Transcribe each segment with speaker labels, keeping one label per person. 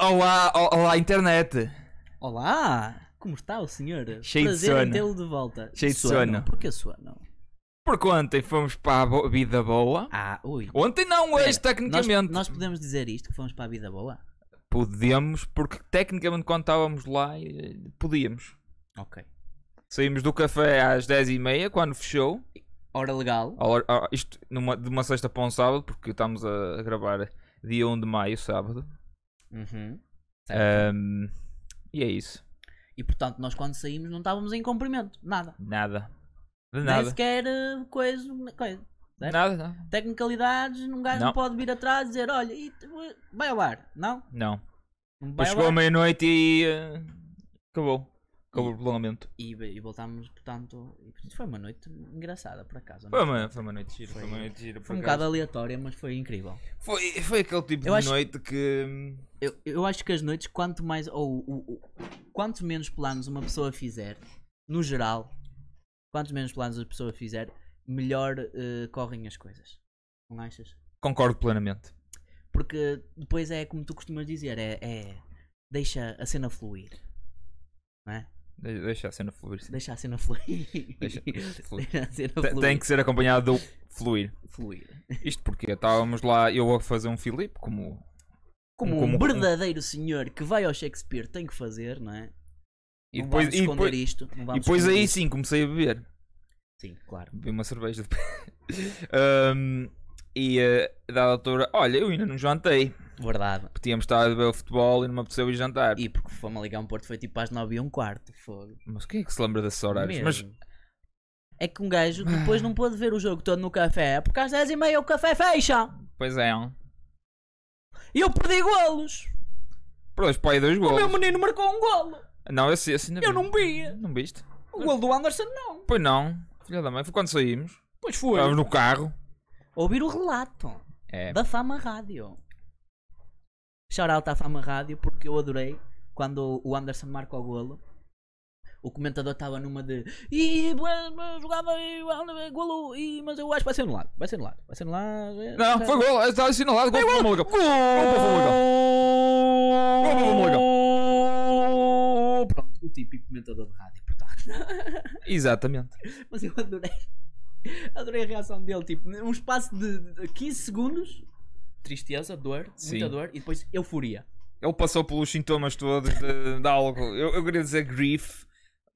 Speaker 1: Olá, olá, internet.
Speaker 2: Olá! Como está o senhor?
Speaker 1: Cheio de
Speaker 2: Prazer em
Speaker 1: sono.
Speaker 2: tê-lo de volta.
Speaker 1: Cheio de sono.
Speaker 2: Porquê sono?
Speaker 1: Porque ontem fomos para a bo- vida boa.
Speaker 2: Ah, ui.
Speaker 1: Ontem não, hoje,
Speaker 2: Espera,
Speaker 1: tecnicamente.
Speaker 2: É, Nós, nós podemos dizer isto, que fomos para a vida boa?
Speaker 1: Podemos, porque tecnicamente quando estávamos lá, eh, podíamos.
Speaker 2: Ok.
Speaker 1: Saímos do café às 10h30, quando fechou.
Speaker 2: Hora legal.
Speaker 1: A hora- a- Isto numa- de uma sexta para um sábado, porque estamos a gravar dia 1 de maio, sábado.
Speaker 2: Uhum. Certo.
Speaker 1: Ahm, e é isso.
Speaker 2: E portanto, nós quando saímos não estávamos em cumprimento. Nada.
Speaker 1: Nada. De
Speaker 2: Nem
Speaker 1: nada.
Speaker 2: sequer eh, coisa. coisa. certo?
Speaker 1: Nada, não.
Speaker 2: Tecnicalidades, um gajo não.
Speaker 1: Não.
Speaker 2: pode vir atrás e dizer: olha, e tu, eh, vai ao bar. Não?
Speaker 1: Não.
Speaker 2: Não
Speaker 1: Depois
Speaker 2: vai ao
Speaker 1: chegou a
Speaker 2: bar.
Speaker 1: meia-noite e eh, acabou. Acabou o prolongamento.
Speaker 2: E, e voltámos, portanto. Isto foi uma noite engraçada, por acaso.
Speaker 1: Foi uma, foi uma noite gira. Foi,
Speaker 2: Foi-
Speaker 1: uma noite gira. por
Speaker 2: Foi um
Speaker 1: acaso.
Speaker 2: bocado aleatória, mas foi incrível.
Speaker 1: Foi, foi aquele tipo
Speaker 2: Eu
Speaker 1: de
Speaker 2: acho-
Speaker 1: noite que. hum,
Speaker 2: Eu, eu acho que as noites, quanto mais. Ou, o- o- quanto menos planos uma pessoa fizer, no geral, quanto menos planos a pessoa fizer, melhor eh, correm as coisas. Não achas?
Speaker 1: Concordo plenamente.
Speaker 2: Porque depois é como tu costumas dizer, é. é- deixa a cena fluir.
Speaker 1: De- Deixa a cena fluir. sim.
Speaker 2: Deixa a cena fluir.
Speaker 1: Deixa fluir.
Speaker 2: Deixa a cena
Speaker 1: Te-
Speaker 2: fluir.
Speaker 1: Tem que ser acompanhado do fluir.
Speaker 2: fluir.
Speaker 1: Isto porque estávamos lá, eu a fazer um Filipe, como.
Speaker 2: Como,
Speaker 1: Como-
Speaker 2: um verdadeiro senhor que vai ao Shakespeare tem que fazer, não é?
Speaker 1: E
Speaker 2: não
Speaker 1: depois,
Speaker 2: vamos
Speaker 1: e
Speaker 2: esconder
Speaker 1: depois,
Speaker 2: isto. não
Speaker 1: e
Speaker 2: vamos
Speaker 1: depois é
Speaker 2: esconder
Speaker 1: aí
Speaker 2: isto.
Speaker 1: sim comecei a beber.
Speaker 2: Sim, claro.
Speaker 1: Bebi uma cerveja depois. Ahm, e a dada altura, olha, eu ainda não jantei.
Speaker 2: Verdade.
Speaker 1: Porque tínhamos estado a ver o futebol e não me apeteceu ir jantar.
Speaker 2: E porque o Famalicão Porto foi tipo às 9 e um quarto. Fogo.
Speaker 1: Mas quem é que se lembra desses horários? Mas
Speaker 2: Mesmo. É que um gajo depois não pôde ver o jogo todo no café, é porque às 10 e meia o café fecha
Speaker 1: pois é, um.
Speaker 2: e eu perdi golos.
Speaker 1: Por dois pai dois
Speaker 2: O meu
Speaker 1: gols.
Speaker 2: menino marcou um golo.
Speaker 1: Não, esse, esse ainda
Speaker 2: Eu
Speaker 1: vi.
Speaker 2: não vi.
Speaker 1: Não viste?
Speaker 2: O golo do Anderson não.
Speaker 1: Pois não. Filha da mãe, foi quando saímos.
Speaker 2: Pois foi.
Speaker 1: Estávamos no carro.
Speaker 2: Ouvir o relato
Speaker 1: É.
Speaker 2: da Fama Rádio. Shout out à Fama Rádio porque eu adorei quando o Anderson marca o golo. O comentador estava numa de. Ih, boa- boa jogada e ah, golo, e, mas eu acho que vai ser anulado. Vai ser anulado. Vai ser anulado. é,
Speaker 1: Não,
Speaker 2: é-
Speaker 1: foi gol. Está assinalado. Gol para o Famalicão. Gol para o Famalicão. Gol para o Famalicão.
Speaker 2: Oh, Pronto, o típico comentador de rádio, portanto.
Speaker 1: Exatamente.
Speaker 2: Mas eu adorei. Adorei a reação dele, tipo, num espaço de de 15 segundos. Tristeza, dor,
Speaker 1: Sim.
Speaker 2: muita dor e depois euforia.
Speaker 1: Ele passou pelos sintomas todos de, de algo. Eu, eu queria dizer grief,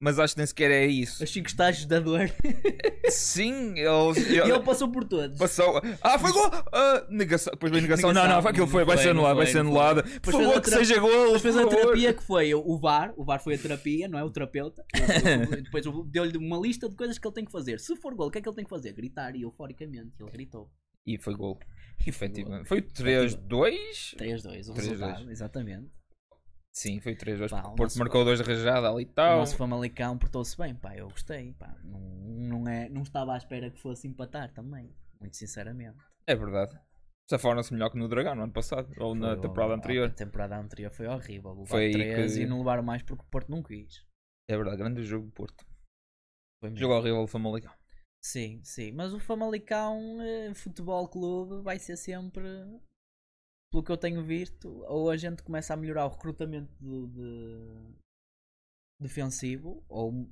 Speaker 1: mas acho que nem sequer é isso.
Speaker 2: Os 5 estágios da dor.
Speaker 1: Sim, ele.
Speaker 2: E
Speaker 1: ele-
Speaker 2: ele passou por todos.
Speaker 1: Passou. Ah, foi gol! Ah, negação. Depois veio negação.
Speaker 2: Negação.
Speaker 1: Não, não, foi aquilo foi. Vai
Speaker 2: Não
Speaker 1: ser
Speaker 2: foi, não
Speaker 1: anulado, vai
Speaker 2: foi,
Speaker 1: ser
Speaker 2: não foi.
Speaker 1: anulado.
Speaker 2: Depois
Speaker 1: Por
Speaker 2: fez
Speaker 1: favor,
Speaker 2: a
Speaker 1: que
Speaker 2: terapia-
Speaker 1: seja gol.
Speaker 2: Depois fez a
Speaker 1: por favor.
Speaker 2: terapia que foi o VAR, o VAR foi a terapia, não é? O terapeuta. E depois deu-lhe uma lista de coisas que ele tem que fazer. Se for gol, o que é que ele tem que fazer? Gritar e euforicamente. Ele gritou.
Speaker 1: E foi gol.
Speaker 2: E foi tipo
Speaker 1: Efetivamente. Foi 3-2.
Speaker 2: 3-2, o
Speaker 1: 3-2.
Speaker 2: resultado, exatamente.
Speaker 1: Sim, foi 3-2.
Speaker 2: Pá,
Speaker 1: porque
Speaker 2: o
Speaker 1: O Porto
Speaker 2: nosso-
Speaker 1: marcou 2 de rajada ali e
Speaker 2: O
Speaker 1: tal.
Speaker 2: nosso Famalicão portou-se bem, pá, eu gostei, pá. Não, não, é, não estava à espera que fosse empatar também, muito sinceramente.
Speaker 1: É verdade. Safaram-se melhor que no Dragão no ano passado, ou na
Speaker 2: Foi
Speaker 1: temporada
Speaker 2: horrível.
Speaker 1: anterior.
Speaker 2: A temporada anterior foi horrível, levaram
Speaker 1: Foi aí
Speaker 2: 3
Speaker 1: que-
Speaker 2: e não levaram mais porque o Porto não quis.
Speaker 1: É verdade, grande jogo do Porto.
Speaker 2: Foi mesmo.
Speaker 1: Jogo horrível do Famalicão.
Speaker 2: Sim, sim, mas o Famalicão eh, Futebol Clube vai ser sempre, pelo que eu tenho visto, ou a gente começa a melhorar o recrutamento do- de- defensivo, ou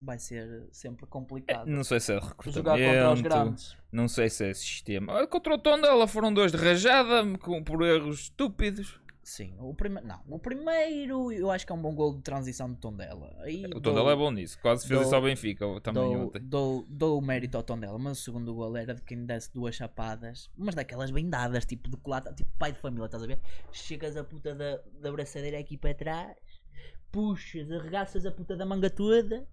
Speaker 2: vai ser sempre complicado.
Speaker 1: Não sei se é
Speaker 2: Jogar contra os
Speaker 1: recrutamento,
Speaker 2: grandes.
Speaker 1: não sei se é sistema. Ah, Contra o Tondela foram dois de rajada com- por erros estúpidos.
Speaker 2: Sim, o primeiro. Não, o primeiro eu acho que é um bom gol de transição do Tondela. Aí
Speaker 1: O
Speaker 2: dou-
Speaker 1: Tondela é bom nisso, quase fez
Speaker 2: dou-
Speaker 1: isso ao Benfica eu também
Speaker 2: Dou,
Speaker 1: ontem.
Speaker 2: dou, dou o mérito ao Tondela, mas o segundo gol era de quem desse duas chapadas, mas daquelas bem dadas, tipo de colata, tipo pai de família, estás a ver? Chegas a puta da, da braçadeira aqui para trás, puxas, arregaças a puta da manga toda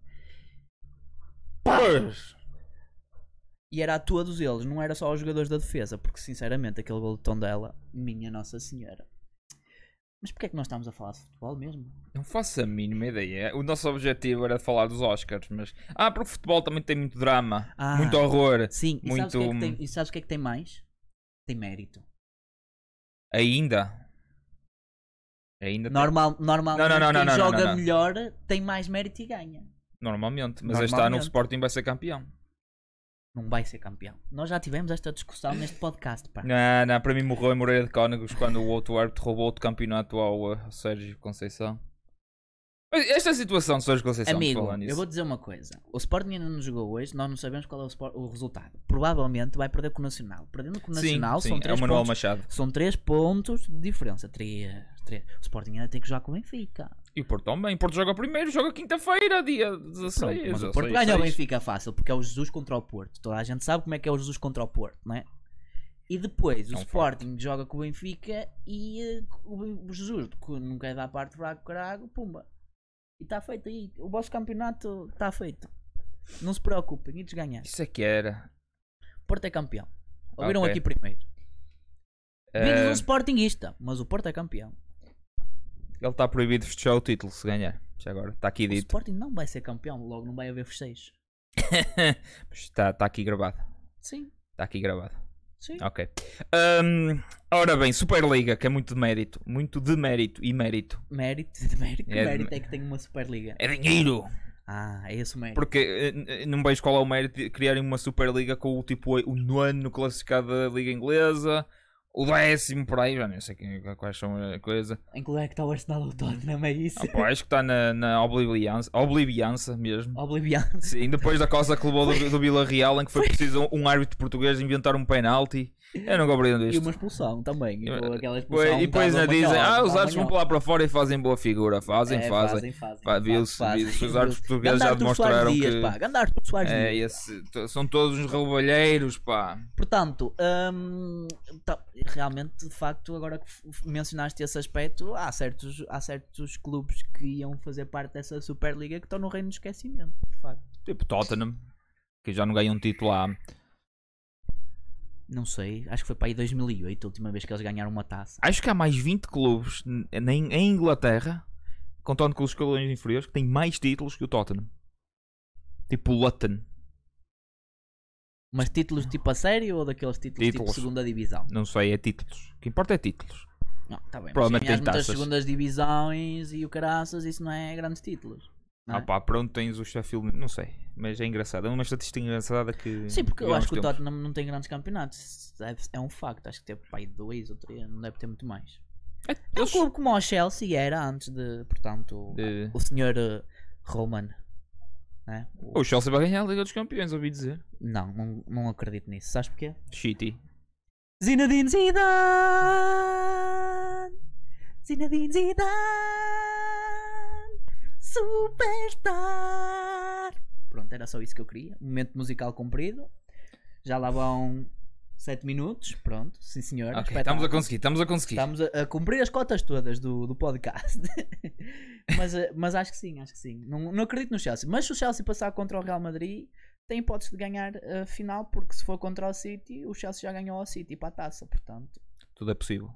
Speaker 1: Pois!
Speaker 2: e era a todos eles, não era só aos jogadores da defesa, porque sinceramente aquele gol do Tondela, minha Nossa Senhora. Mas porquê é que nós estamos a falar de futebol mesmo?
Speaker 1: Não faço a mínima ideia. O nosso objetivo era falar dos Oscars, mas. Ah, porque o futebol também tem muito drama,
Speaker 2: Ah.
Speaker 1: muito horror.
Speaker 2: Sim, e, sabes o que é que
Speaker 1: Muito-
Speaker 2: tem, e sabes o que é que tem mais? Tem mérito.
Speaker 1: Ainda. Ainda tem-
Speaker 2: Normal, normalmente
Speaker 1: Não, não, não, não,
Speaker 2: quem
Speaker 1: não,
Speaker 2: joga
Speaker 1: não, não.
Speaker 2: melhor tem mais mérito e ganha.
Speaker 1: Normalmente, mas este ano o
Speaker 2: Normalmente.
Speaker 1: Sporting vai ser campeão.
Speaker 2: não vai ser campeão. Nós já tivemos esta discussão neste podcast, pá.
Speaker 1: Não, não, para mim morreu em Moreira de Cónegos quando o outro árbitro roubou outro campeonato ao eh, Sérgio Conceição. Mas Esta situação de Sérgio Conceição,
Speaker 2: Amigo,
Speaker 1: falando nisso.
Speaker 2: eu vou dizer uma coisa. O Sporting ainda não jogou hoje, nós não sabemos qual é o, Spor- o resultado. Provavelmente vai perder com o Nacional. Perdendo com o
Speaker 1: Sim,
Speaker 2: Nacional
Speaker 1: sim,
Speaker 2: são
Speaker 1: é o
Speaker 2: três
Speaker 1: Manuel
Speaker 2: pontos.
Speaker 1: Machado.
Speaker 2: São três pontos de diferença. Três, três. O Sporting ainda tem que jogar com o Benfica.
Speaker 1: E o Porto também. O Porto joga primeiro, joga quinta-feira, dia 16.
Speaker 2: Pronto, mas o
Speaker 1: 16,
Speaker 2: Porto ganha o
Speaker 1: 6.
Speaker 2: Benfica fácil, porque é o Jesus contra o Porto. Toda a gente sabe como é que é o Jesus contra o Porto, não é? E depois o
Speaker 1: É um
Speaker 2: Sporting joga com o Benfica e eh, o Ben- o Jesus, que não quer dar parte fraco, carago, pumba. E está feito aí. O vosso campeonato está feito. Não se preocupem, e ganhar.
Speaker 1: Isso é que era.
Speaker 2: Porto é campeão. Ouviram
Speaker 1: Ok.
Speaker 2: aqui primeiro. Menos um
Speaker 1: Eh,
Speaker 2: Sportingista, mas o Porto é campeão.
Speaker 1: Ele está proibido de fechar o título se ganhar. Já agora, está aqui
Speaker 2: O
Speaker 1: dito.
Speaker 2: Sporting não vai ser campeão, logo não vai haver festejos.
Speaker 1: Mas Está está aqui gravado.
Speaker 2: Sim,
Speaker 1: Está aqui gravado.
Speaker 2: sim.
Speaker 1: Ok. Ahm, ora bem, Superliga, que é muito de mérito. Muito de mérito e mérito.
Speaker 2: Mérito, mérito,
Speaker 1: É,
Speaker 2: mérito é que tem uma Superliga.
Speaker 1: É dinheiro!
Speaker 2: Ah, é esse o mérito.
Speaker 1: Porque eh, eh, não vejo qual é o mérito de criarem uma Superliga com o tipo o nono classificado da Liga Inglesa, o décimo por aí, já nem sei quem- quais são a coisa.
Speaker 2: Em que lugar é que está o Arsenal do Tottenham? É isso?
Speaker 1: Ah, pá, acho que está na, na obliviança, obliviança mesmo.
Speaker 2: Oblivion.
Speaker 1: Sim, depois da causa que levou do, do Vila Real, em que foi preciso um árbitro português inventar um penalti. Eu não compreendo
Speaker 2: E
Speaker 1: isto.
Speaker 2: uma expulsão também. E,
Speaker 1: E-
Speaker 2: com aquela expulsão, um
Speaker 1: Foi- Eh, e depois
Speaker 2: estava
Speaker 1: ainda dizem,
Speaker 2: aquela-
Speaker 1: ah, os
Speaker 2: estava
Speaker 1: árbitros vão para lá para fora e fazem boa figura. Fazem,
Speaker 2: É,
Speaker 1: fazem.
Speaker 2: fazem.
Speaker 1: Pá, viu-se-
Speaker 2: fazem,
Speaker 1: viu-se, os
Speaker 2: fazem.
Speaker 1: árbitros portugueses
Speaker 2: Ganda
Speaker 1: já
Speaker 2: Arthur
Speaker 1: demonstraram
Speaker 2: Soares Dias,
Speaker 1: que-
Speaker 2: pá, ganda Arthur Soares
Speaker 1: É,
Speaker 2: Dias.
Speaker 1: esse- to- são todos uns roubalheiros, pá.
Speaker 2: Portanto, hum, tá- realmente, de facto, agora que f- f- mencionaste esse aspecto, há certos, há certos clubes que iam fazer parte dessa Superliga que estão no reino do esquecimento, de facto.
Speaker 1: Tipo Tottenham, que já não ganha um título há
Speaker 2: Não sei, acho que foi para aí 2008 a última vez que eles ganharam uma taça.
Speaker 1: Acho que há mais 20 clubes n- em, em Inglaterra, contando com os escalões inferiores, que têm mais títulos que o Tottenham. Tipo o Luton,
Speaker 2: Mas títulos tipo a sério ou daqueles títulos,
Speaker 1: Títulos.
Speaker 2: tipo segunda divisão?
Speaker 1: não sei, é títulos. O que importa é títulos.
Speaker 2: Não, tá bem.
Speaker 1: Provavelmente tem
Speaker 2: mas sim, há muitas
Speaker 1: taças.
Speaker 2: segundas divisões e o caraças, isso não é grandes títulos. Não
Speaker 1: Ah
Speaker 2: é?
Speaker 1: pá, pronto, tens o Sheffield, não sei, mas é engraçado. É uma estatística engraçada Hum, que. é um
Speaker 2: Sim, porque eu
Speaker 1: digamos,
Speaker 2: acho que o
Speaker 1: temos.
Speaker 2: Tottenham não tem grandes campeonatos. Isso deve- É um facto. Acho que teve para aí dois ou três, não deve ter muito mais. É um
Speaker 1: Eles-
Speaker 2: clube como o Chelsea era antes de, portanto,
Speaker 1: De-
Speaker 2: o senhor eh, Roman. né? O-
Speaker 1: O Chelsea vai ganhar a Liga dos Campeões, ouvi dizer.
Speaker 2: Não, não, não acredito nisso. Sabes porquê?
Speaker 1: Shitty.
Speaker 2: Zinedine Zidane Zinedine Zidane Superstar Pronto, era só isso que eu queria Momento musical comprido Já lá vão 7 minutos Pronto, sim senhor
Speaker 1: Ok,
Speaker 2: espetáculo.
Speaker 1: estamos a conseguir, estamos a conseguir.
Speaker 2: Estamos a, a cumprir as cotas todas do, do podcast mas, eh, mas acho que sim, acho que sim não, não acredito no Chelsea Mas se o Chelsea passar contra o Real Madrid tem hipótese de ganhar a final porque se for contra o City, o Chelsea já ganhou ao City para a taça, portanto,
Speaker 1: Tudo é possível.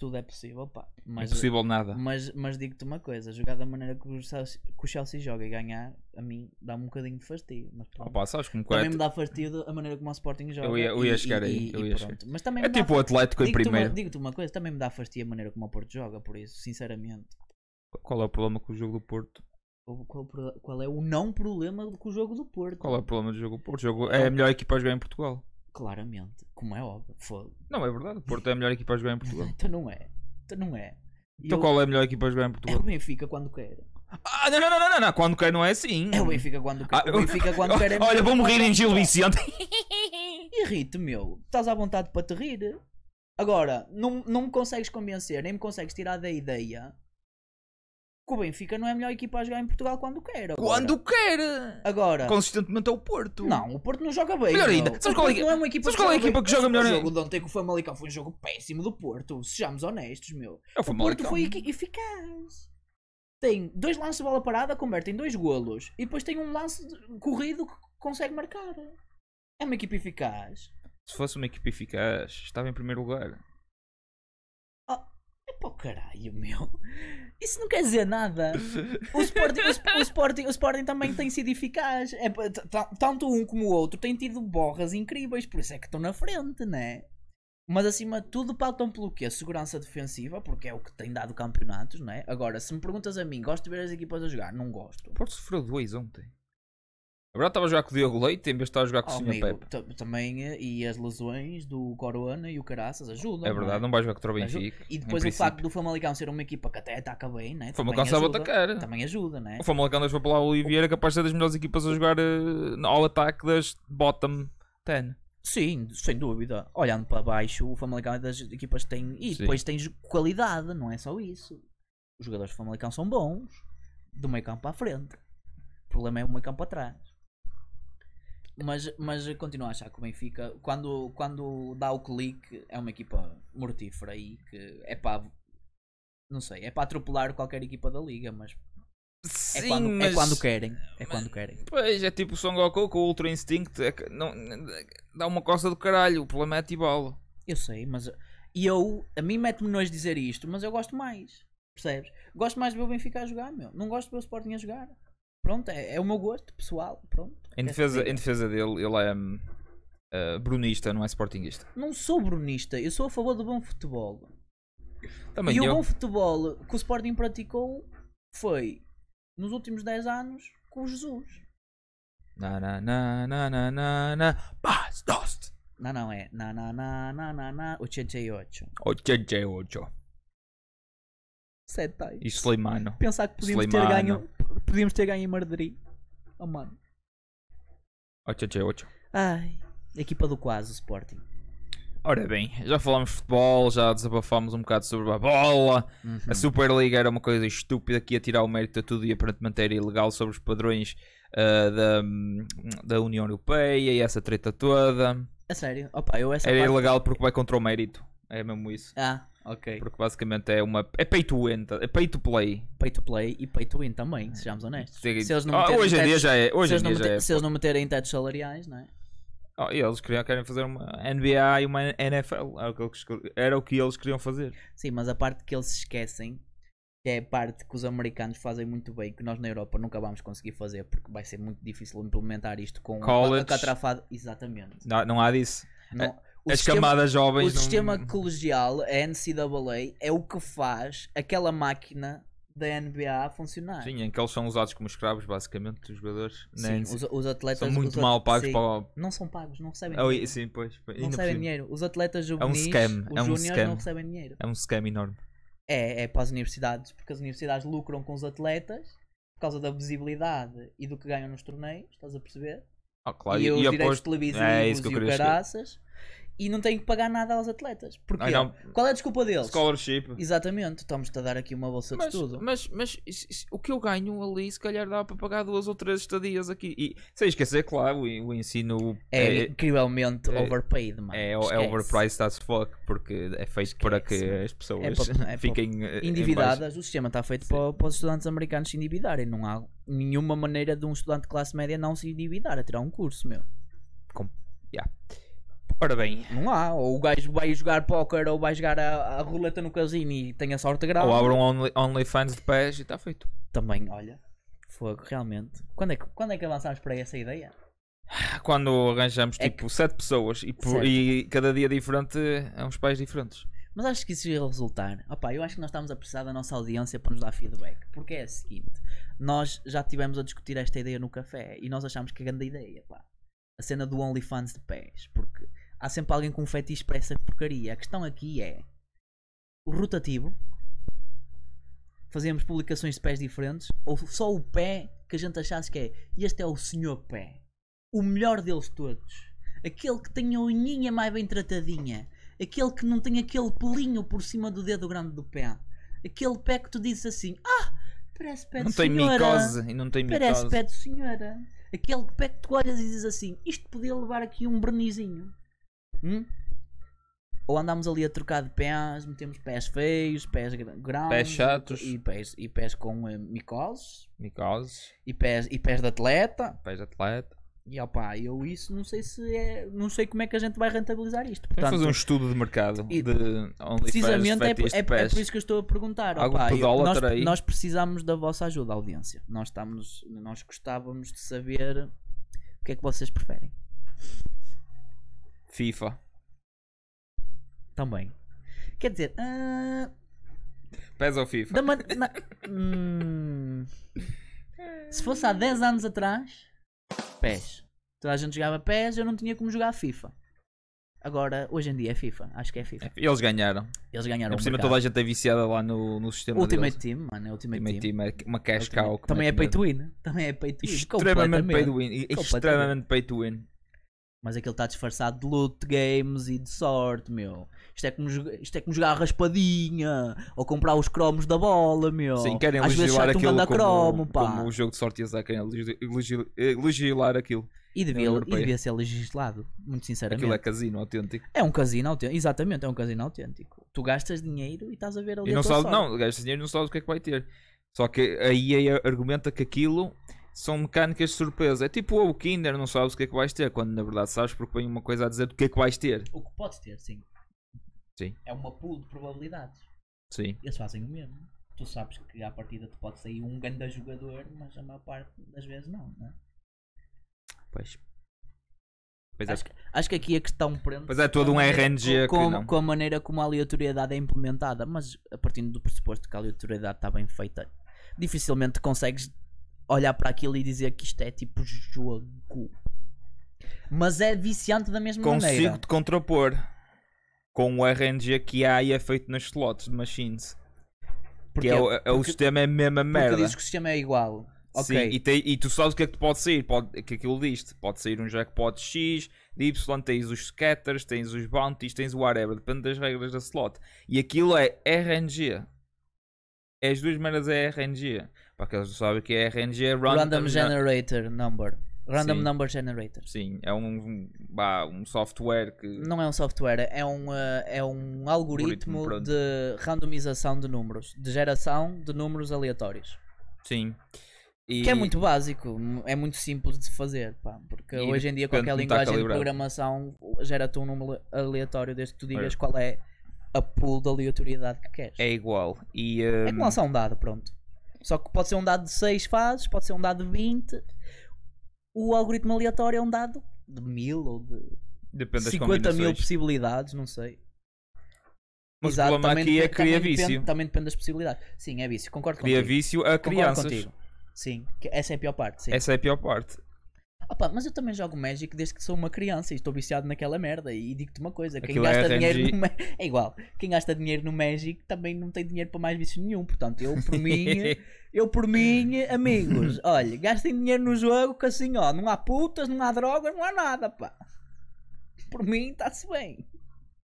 Speaker 2: tudo é possível, pá. Mas, Hum.
Speaker 1: Impossível nada.
Speaker 2: mas, mas digo-te uma coisa, jogar da maneira que o Chelsea, que o Chelsea joga e ganhar, a mim dá-me um bocadinho de fastidio, mas pronto.
Speaker 1: Opa, sabes como
Speaker 2: também
Speaker 1: é?
Speaker 2: me dá fastidio a maneira como o Sporting joga.
Speaker 1: Eu ia- eu ia
Speaker 2: e-
Speaker 1: chegar
Speaker 2: e-
Speaker 1: aí,
Speaker 2: e-
Speaker 1: eu
Speaker 2: e
Speaker 1: ia chegar.
Speaker 2: pronto. Mas também
Speaker 1: É
Speaker 2: me dá
Speaker 1: tipo o Atlético em
Speaker 2: digo-te uma-
Speaker 1: primeiro.
Speaker 2: Digo-te uma coisa, também me dá fastidio a maneira como o Porto joga, por isso, sinceramente.
Speaker 1: Qual é o problema com o jogo do Porto?
Speaker 2: O- Qual, o pro- qual é o não problema com o jogo do Porto?
Speaker 1: Qual é o problema do jogo do Porto? O jogo é a melhor equipa a jogar em Portugal.
Speaker 2: Claramente, como é óbvio. Foda.
Speaker 1: Não, é verdade. O Porto é a melhor equipa a jogar em Portugal.
Speaker 2: Então não é. Então não é. E
Speaker 1: Então
Speaker 2: eu-
Speaker 1: qual é a melhor equipa a jogar em
Speaker 2: É o
Speaker 1: Portugal?
Speaker 2: Benfica quando quer.
Speaker 1: Ah, não, não, não, não, não, não. Quando quer não é assim.
Speaker 2: É o Benfica quando quer.
Speaker 1: Ah,
Speaker 2: o Benfica quando quer é
Speaker 1: Olha, vou morrer em Gil
Speaker 2: Gil
Speaker 1: Vicente.
Speaker 2: Irrite, meu. Estás à vontade para te rir. Agora, não, não me consegues convencer, nem me consegues tirar da ideia que o Benfica não é a melhor equipa a jogar em Portugal quando quer. Agora.
Speaker 1: Quando quer.
Speaker 2: Agora.
Speaker 1: Consistentemente é o Porto.
Speaker 2: Não, o Porto não joga bem.
Speaker 1: Melhor
Speaker 2: meu.
Speaker 1: ainda,
Speaker 2: O
Speaker 1: sabes qual é
Speaker 2: Porto
Speaker 1: que-
Speaker 2: não é uma equipa
Speaker 1: sabes qual é a equipa que joga melhor
Speaker 2: O
Speaker 1: em-
Speaker 2: jogo de ontem com o Famalicão foi um jogo péssimo do Porto. Sejamos honestos, meu.
Speaker 1: É o
Speaker 2: O Porto
Speaker 1: Famalicão.
Speaker 2: foi equi- eficaz. Tem dois lances de bola parada, converte em dois golos. E depois tem um lance de- corrido que consegue marcar. É uma equipa eficaz.
Speaker 1: Se fosse uma equipa eficaz, estava em primeiro lugar.
Speaker 2: É para o caralho, meu. Isso não quer dizer nada. O Sporting, o, Sp- o Sporting, o Sporting também tem sido eficaz. É pa- t- t- tanto um como o outro têm tido borras incríveis, por isso é que estão na frente, né? Mas acima de tudo pautam pelo quê? Segurança defensiva, porque é o que tem dado campeonatos, né? Agora, se me perguntas a mim, gosto de ver as equipas a jogar? Não gosto.
Speaker 1: O Porto sofreu dois ontem. Agora estava a jogar com o Diogo Leite em vez de estar a jogar com
Speaker 2: Oh,
Speaker 1: o Sr.
Speaker 2: amigo,
Speaker 1: Pepe.
Speaker 2: ta- também, eh, e as lesões do Corona e o Caraças ajudam.
Speaker 1: É
Speaker 2: não
Speaker 1: verdade, não vai jogar contra o
Speaker 2: Ajuda.
Speaker 1: Benfica.
Speaker 2: E depois
Speaker 1: em
Speaker 2: o facto do Famalicão ser uma equipa que até ataca bem, né?
Speaker 1: O Famalicão
Speaker 2: também
Speaker 1: sabe
Speaker 2: ajuda.
Speaker 1: atacar.
Speaker 2: Também ajuda, né?
Speaker 1: O Famalicão deixou para lá o Oliveira, capaz de ser das melhores equipas a jogar eh, ao ataque das bottom 10.
Speaker 2: Sim, sem dúvida. Olhando para baixo, o Famalicão é das equipas que tem. E
Speaker 1: Sim.
Speaker 2: depois tens qualidade, não é só isso. Os jogadores do Famalicão são bons, do meio campo à frente. O problema é o meio campo atrás. Mas, mas continuo a achar que o Benfica, quando, quando dá o clique, é uma equipa mortífera e que é para. Não sei, é para atropelar qualquer equipa da liga, mas é,
Speaker 1: Sim,
Speaker 2: quando, é
Speaker 1: mas-
Speaker 2: quando querem. É quando querem.
Speaker 1: Pois, é tipo o Son Goku com o Ultra Instinct. é que não- dá uma costa do caralho. O problema é ativá-lo.
Speaker 2: Eu sei, mas e eu, a mim mete-me nojo dizer isto, mas eu gosto mais, percebes? Gosto mais de ver o Benfica a jogar, meu. Não gosto de ver o Sporting a jogar. Pronto, é, é o meu gosto pessoal, pronto.
Speaker 1: Em
Speaker 2: Quer
Speaker 1: defesa,
Speaker 2: dizer,
Speaker 1: em defesa dele, ele é hum, eh, brunista, não é sportinguista.
Speaker 2: Não sou brunista, eu sou a favor do bom futebol.
Speaker 1: Também
Speaker 2: e
Speaker 1: eu.
Speaker 2: o bom futebol que o Sporting praticou foi, nos últimos 10 anos, com o Jesus.
Speaker 1: Na, na, na, na, na, na, na. Paz, dost.
Speaker 2: Não, não, é na na na na na na 88.
Speaker 1: 88.
Speaker 2: Sete aí.
Speaker 1: E Sleimano.
Speaker 2: Pensar que podíamos ter, ganho,
Speaker 1: Slimano.
Speaker 2: podíamos ter ganho em Madrid. Oh, mano.
Speaker 1: 88.
Speaker 2: Ai, equipa do quase, o Sporting.
Speaker 1: Ora bem, já falámos de futebol, já desabafámos um bocado sobre a bola.
Speaker 2: Hum.
Speaker 1: A Superliga era uma coisa estúpida que ia tirar o mérito a tudo e aparentemente era ilegal sobre os padrões ah, da, da União Europeia e essa treta toda.
Speaker 2: A é sério? Opa, eu essa
Speaker 1: Era
Speaker 2: parte...
Speaker 1: ilegal porque vai contra o mérito. É mesmo isso.
Speaker 2: Ah, ok.
Speaker 1: Porque basicamente é uma. É pay to win, tá? é pay to play.
Speaker 2: Pay to play e pay to win também, sejamos honestos.
Speaker 1: É. Sim.
Speaker 2: Se eles não
Speaker 1: Ah,
Speaker 2: meterem
Speaker 1: hoje em dia
Speaker 2: tetos-
Speaker 1: já é.
Speaker 2: se
Speaker 1: Hoje em
Speaker 2: eles não
Speaker 1: dia já
Speaker 2: meter-
Speaker 1: é.
Speaker 2: Se eles não meterem tetos salariais, não é?
Speaker 1: Oh, e eles queriam, querem fazer uma NBA e uma NFL. Era É o que eles, era o que eles queriam fazer.
Speaker 2: Sim, mas a parte que eles se esquecem, que é a parte que os americanos fazem muito bem, que nós na Europa nunca vamos conseguir fazer, porque vai ser muito difícil implementar isto com
Speaker 1: College.
Speaker 2: a catrafada. Exatamente.
Speaker 1: Não, não há disso.
Speaker 2: Não- o
Speaker 1: As
Speaker 2: sistema-
Speaker 1: camadas
Speaker 2: O
Speaker 1: jovens. não-
Speaker 2: sistema colegial, a NCAA, é o que faz aquela máquina da NBA funcionar.
Speaker 1: Sim, em que eles são usados como escravos, basicamente, os jogadores.
Speaker 2: é. Sim,
Speaker 1: Nem-
Speaker 2: né? os, os atletas
Speaker 1: são
Speaker 2: os
Speaker 1: muito
Speaker 2: at-
Speaker 1: mal pagos
Speaker 2: sim,
Speaker 1: para o.
Speaker 2: Não são pagos, não recebem
Speaker 1: Oh, e-
Speaker 2: dinheiro.
Speaker 1: sim, pois. pois,
Speaker 2: Não
Speaker 1: ainda por
Speaker 2: recebem
Speaker 1: cima.
Speaker 2: dinheiro. Os atletas juvenis,
Speaker 1: scam, é
Speaker 2: os
Speaker 1: um
Speaker 2: juniors
Speaker 1: scam.
Speaker 2: não recebem dinheiro.
Speaker 1: É um scam enorme.
Speaker 2: É, é para as universidades, porque as universidades lucram com os atletas por causa da visibilidade e do que ganham nos torneios, estás a perceber?
Speaker 1: Ah, claro.
Speaker 2: e, os direitos
Speaker 1: aposto-
Speaker 2: televisivos
Speaker 1: é isso que eu
Speaker 2: e o
Speaker 1: queria chegar.
Speaker 2: caraças. E não têm que pagar nada aos atletas. Porquê?
Speaker 1: não.
Speaker 2: Qual é a desculpa deles?
Speaker 1: Scholarship.
Speaker 2: Exatamente, estamos-te a dar aqui uma bolsa de
Speaker 1: Mas,
Speaker 2: estudo.
Speaker 1: mas, mas isso- isso- o que eu ganho ali, se calhar dá para pagar duas ou três estadias aqui. E sem esquecer, claro, o, o ensino
Speaker 2: é,
Speaker 1: é,
Speaker 2: incrivelmente
Speaker 1: é-
Speaker 2: overpaid, mano.
Speaker 1: é, é
Speaker 2: Esquece.
Speaker 1: overpriced as fuck, porque é feito para que
Speaker 2: Esquece, mano.
Speaker 1: as pessoas
Speaker 2: É pa- é pa-
Speaker 1: fiquem eh, em baixo.
Speaker 2: endividadas, o sistema está feito
Speaker 1: Sim.
Speaker 2: para, para os estudantes americanos se endividarem. Não há nenhuma maneira de um estudante de classe média não se endividar a tirar um curso, meu.
Speaker 1: Ora bem,
Speaker 2: Não há. Ou o gajo vai jogar póquer ou vai jogar a, a roleta no casino e tem a sorte grave.
Speaker 1: ou abram only- OnlyFans de pés e está feito.
Speaker 2: Também, olha. Fogo, realmente. Quando é, que, quando é que avançámos para essa ideia?
Speaker 1: Quando arranjamos
Speaker 2: É
Speaker 1: tipo sete pessoas e, por-
Speaker 2: Certo.
Speaker 1: e cada dia diferente, é uns pais diferentes.
Speaker 2: Mas acho que isso ia resultar. Opa, eu acho que nós estamos a precisar da nossa audiência para nos dar feedback. Porque é o seguinte: nós já estivemos a discutir esta ideia no café e nós achámos que é grande ideia, pá. A cena do OnlyFans de pés. Porque há sempre alguém com um fetiche para essa porcaria. A questão aqui é: o rotativo. Fazíamos publicações de pés diferentes ou só o pé que a gente achasse que é este é o senhor pé, o melhor deles todos, aquele que tem a unhinha mais bem tratadinha, aquele que não tem aquele pelinho por cima do dedo grande do pé, aquele pé que tu dizes assim: Ah, parece pé
Speaker 1: não
Speaker 2: de
Speaker 1: tem
Speaker 2: senhora,
Speaker 1: micose e não tem
Speaker 2: parece
Speaker 1: micose.
Speaker 2: pé de senhora, aquele pé que tu olhas e dizes assim: Isto podia levar aqui um vernizinho. Hum? Ou andámos ali a trocar de pés, metemos pés feios, pés gra- grandes
Speaker 1: Pés chatos.
Speaker 2: e pés, e pés com eh, micoses
Speaker 1: Micose,
Speaker 2: e pés, e pés de atleta.
Speaker 1: pés de atleta.
Speaker 2: E opá, eu isso não sei se é. Não sei como é que a gente vai rentabilizar isto.
Speaker 1: Vamos
Speaker 2: Portanto,
Speaker 1: fazer um estudo de mercado
Speaker 2: e-
Speaker 1: de OnlyFans,
Speaker 2: precisamente é,
Speaker 1: fetiches de
Speaker 2: é, é
Speaker 1: pés.
Speaker 2: por isso que eu estou a perguntar.
Speaker 1: Algum
Speaker 2: opá, eu- nós,
Speaker 1: pedólatra aí?
Speaker 2: nós precisamos da vossa ajuda, audiência. Nós estamos. Nós gostávamos de saber o que é que vocês preferem.
Speaker 1: FIFA.
Speaker 2: Também. Quer dizer. ah,
Speaker 1: Pés ou FIFA?
Speaker 2: da man- na- Hum. se fosse há 10 anos atrás. PES. Toda a gente jogava PES, eu não tinha como jogar FIFA. Agora, hoje em dia é FIFA, acho que é FIFA.
Speaker 1: Eles ganharam.
Speaker 2: Eles ganharam
Speaker 1: Ainda
Speaker 2: o
Speaker 1: por cima
Speaker 2: um mercado.
Speaker 1: toda a gente é viciada lá no, no sistema
Speaker 2: Ultimate
Speaker 1: deles.
Speaker 2: Team, mano, é Ultimate,
Speaker 1: Ultimate
Speaker 2: Team.
Speaker 1: Team é uma cash
Speaker 2: Ultimate-
Speaker 1: cow. que
Speaker 2: Também é
Speaker 1: mete
Speaker 2: pay
Speaker 1: medo.
Speaker 2: to win, também é pay to win.
Speaker 1: Extremamente pay
Speaker 2: completamente.
Speaker 1: to win. Extremamente
Speaker 2: Completamente.
Speaker 1: pay to win.
Speaker 2: Mas aquele está disfarçado de loot games e de sorte, meu. Isto é, como, jo- isto é como jogar a raspadinha ou comprar os cromos da bola, meu.
Speaker 1: Sim, querem
Speaker 2: Às vezes
Speaker 1: legislar
Speaker 2: sai-te um
Speaker 1: aquilo
Speaker 2: ganda
Speaker 1: como,
Speaker 2: cromo, pá.
Speaker 1: como o jogo de sorte e azar. Querem legis- legis- eh, legislar aquilo.
Speaker 2: E, devia,
Speaker 1: União
Speaker 2: e
Speaker 1: Europeia.
Speaker 2: devia ser legislado,
Speaker 1: Aquilo
Speaker 2: muito
Speaker 1: é
Speaker 2: sinceramente.
Speaker 1: casino autêntico.
Speaker 2: É... um casino autêntico, exatamente, é um casino autêntico. Tu gastas dinheiro e estás a ver ali
Speaker 1: E
Speaker 2: a
Speaker 1: não
Speaker 2: tua
Speaker 1: sabe,
Speaker 2: sorte.
Speaker 1: não, gasta dinheiro e não sabe o que é que vai ter. Só que a EA argumenta que aquilo são mecânicas de surpresa. É tipo o Kinder, não sabes o que é que vais ter, quando na verdade sabes porque vem uma coisa a dizer do que é que vais ter.
Speaker 2: O que podes ter, sim.
Speaker 1: Sim.
Speaker 2: É uma pool de probabilidades.
Speaker 1: Sim.
Speaker 2: Eles fazem o mesmo. Tu sabes que à partida te pode sair um grande jogador, mas a maior parte das vezes não, né?
Speaker 1: Pois. Pois é.
Speaker 2: Acho, que, acho que aqui a questão prende.
Speaker 1: Pois é, todo um RNG que
Speaker 2: com,
Speaker 1: não.
Speaker 2: com a maneira como a aleatoriedade é implementada, mas a partir do pressuposto que a aleatoriedade está bem feita, dificilmente consegues olhar para aquilo e dizer que isto é tipo jogo. Mas é viciante da mesma
Speaker 1: Consigo é
Speaker 2: maneira.
Speaker 1: te contrapor com um o RNG que há e é feito nas slots de machines.
Speaker 2: Porque,
Speaker 1: que é, o, é
Speaker 2: porque,
Speaker 1: o sistema é a mesma
Speaker 2: porque
Speaker 1: merda.
Speaker 2: dizes que o sistema é igual.
Speaker 1: Sim,
Speaker 2: Ok.
Speaker 1: e, tem- e tu sabes o que é que te pode sair, pode, que aquilo diz-te. Pode sair um jackpot X, de Y, tens os scatters, tens os bounties, tens o whatever, depende das regras da slot. E aquilo é RNG. É as duas maneiras é RNG. Para aqueles que não sabem o que é RNG, é random,
Speaker 2: Random,
Speaker 1: na-
Speaker 2: Generator Number. Random
Speaker 1: Sim.
Speaker 2: Number Generator.
Speaker 1: Sim, é um, um, bah, um software que.
Speaker 2: Não é um software, é um, eh, é
Speaker 1: Algoritmo,
Speaker 2: um algoritmo,
Speaker 1: pronto.
Speaker 2: de randomização de números, de geração de números aleatórios.
Speaker 1: Sim. E-
Speaker 2: Que é muito básico, m- é muito simples de se fazer, pá, porque
Speaker 1: E
Speaker 2: hoje em dia
Speaker 1: depende de como
Speaker 2: qualquer
Speaker 1: tá
Speaker 2: linguagem de
Speaker 1: calibrado.
Speaker 2: programação gera-te um número aleatório desde que tu digas
Speaker 1: Olha.
Speaker 2: qual é a pool de aleatoriedade que queres. É,
Speaker 1: É igual. E,
Speaker 2: como
Speaker 1: hum,
Speaker 2: lançar um dado, pronto. Só que pode ser um dado de 6 fases, pode ser um dado de 20. O algoritmo aleatório é um dado de 1000 ou de
Speaker 1: depende das
Speaker 2: 50 mil
Speaker 1: combinações.
Speaker 2: possibilidades, não sei.
Speaker 1: Mas o problema
Speaker 2: também
Speaker 1: aqui é
Speaker 2: depende-
Speaker 1: que cria
Speaker 2: também depende-
Speaker 1: vício.
Speaker 2: Também depende das possibilidades. Sim, é vício, concordo
Speaker 1: Cria
Speaker 2: contigo.
Speaker 1: vício a
Speaker 2: Concordo
Speaker 1: crianças.
Speaker 2: contigo. Sim, que essa é a pior parte. Sim.
Speaker 1: Essa é a pior parte.
Speaker 2: Opa, mas eu também jogo Magic desde que sou uma criança e estou viciado naquela merda. E digo-te uma coisa: quem
Speaker 1: Aquilo é
Speaker 2: gasta
Speaker 1: RNG.
Speaker 2: dinheiro no Ma- É igual. Quem gasta dinheiro no Magic também não tem dinheiro para mais vício nenhum. Portanto, eu por mim, eu por mim, amigos, olha, gastem dinheiro no jogo que assim, ó, não há putas, não há drogas, não há nada, pá. Por mim, está-se bem. Ah,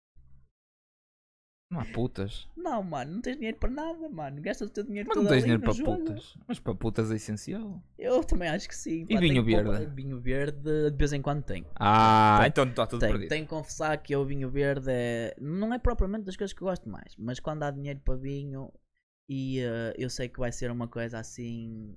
Speaker 1: Não há putas.
Speaker 2: Não, mano, não tens dinheiro para nada, mano. Gastas o teu dinheiro
Speaker 1: Mas
Speaker 2: todo
Speaker 1: não tens
Speaker 2: ali
Speaker 1: dinheiro
Speaker 2: no
Speaker 1: para
Speaker 2: jogo.
Speaker 1: putas. Mas para putas é essencial.
Speaker 2: Eu também acho que sim. pá,
Speaker 1: vinho
Speaker 2: tenho que poupar-
Speaker 1: verde?
Speaker 2: Vinho verde de vez em quando tenho.
Speaker 1: Ah,
Speaker 2: Tem-
Speaker 1: então está tudo
Speaker 2: Tenho,
Speaker 1: perdido.
Speaker 2: tenho que confessar que o vinho verde é... não é propriamente das coisas que eu gosto mais, mas quando há dinheiro para vinho e eh, eu sei que vai ser uma coisa assim,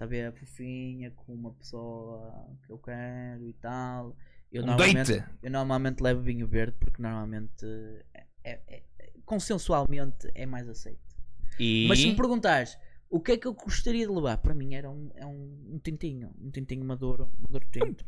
Speaker 2: sabe, fofinha, com uma pessoa que eu quero e tal. Eu,
Speaker 1: Um
Speaker 2: normalmente,
Speaker 1: date?
Speaker 2: eu normalmente levo vinho verde porque normalmente eh, é- é- é- consensualmente é mais aceito.
Speaker 1: E...
Speaker 2: Mas se me perguntares o que é que eu gostaria de levar, para mim era um, é um, um tintinho, um tintinho maduro, maduro tinto.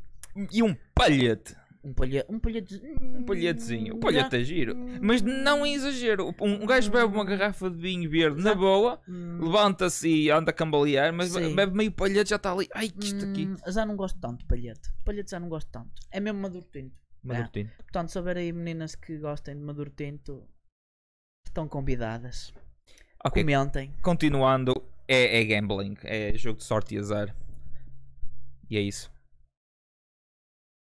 Speaker 1: e um palhete.
Speaker 2: Um palha, um palhete,
Speaker 1: Um palhetezinho. Um palhete é giro. Mas não é exagero. Um, um gajo bebe uma garrafa de vinho verde na boa,
Speaker 2: Hum,
Speaker 1: levanta-se e anda a cambalear, mas
Speaker 2: Sim.
Speaker 1: bebe meio palhete já está ali. Ai, que isto aqui.
Speaker 2: Hum, Já não gosto tanto de palhete. Palhete já não gosto tanto. É mesmo maduro tinto.
Speaker 1: Maduro
Speaker 2: é.
Speaker 1: tinto.
Speaker 2: Portanto, se houver aí meninas que gostem de maduro tinto, estão convidadas.
Speaker 1: Ok,
Speaker 2: Comentem.
Speaker 1: continuando, é, é gambling. É jogo de sorte e azar. E é isso.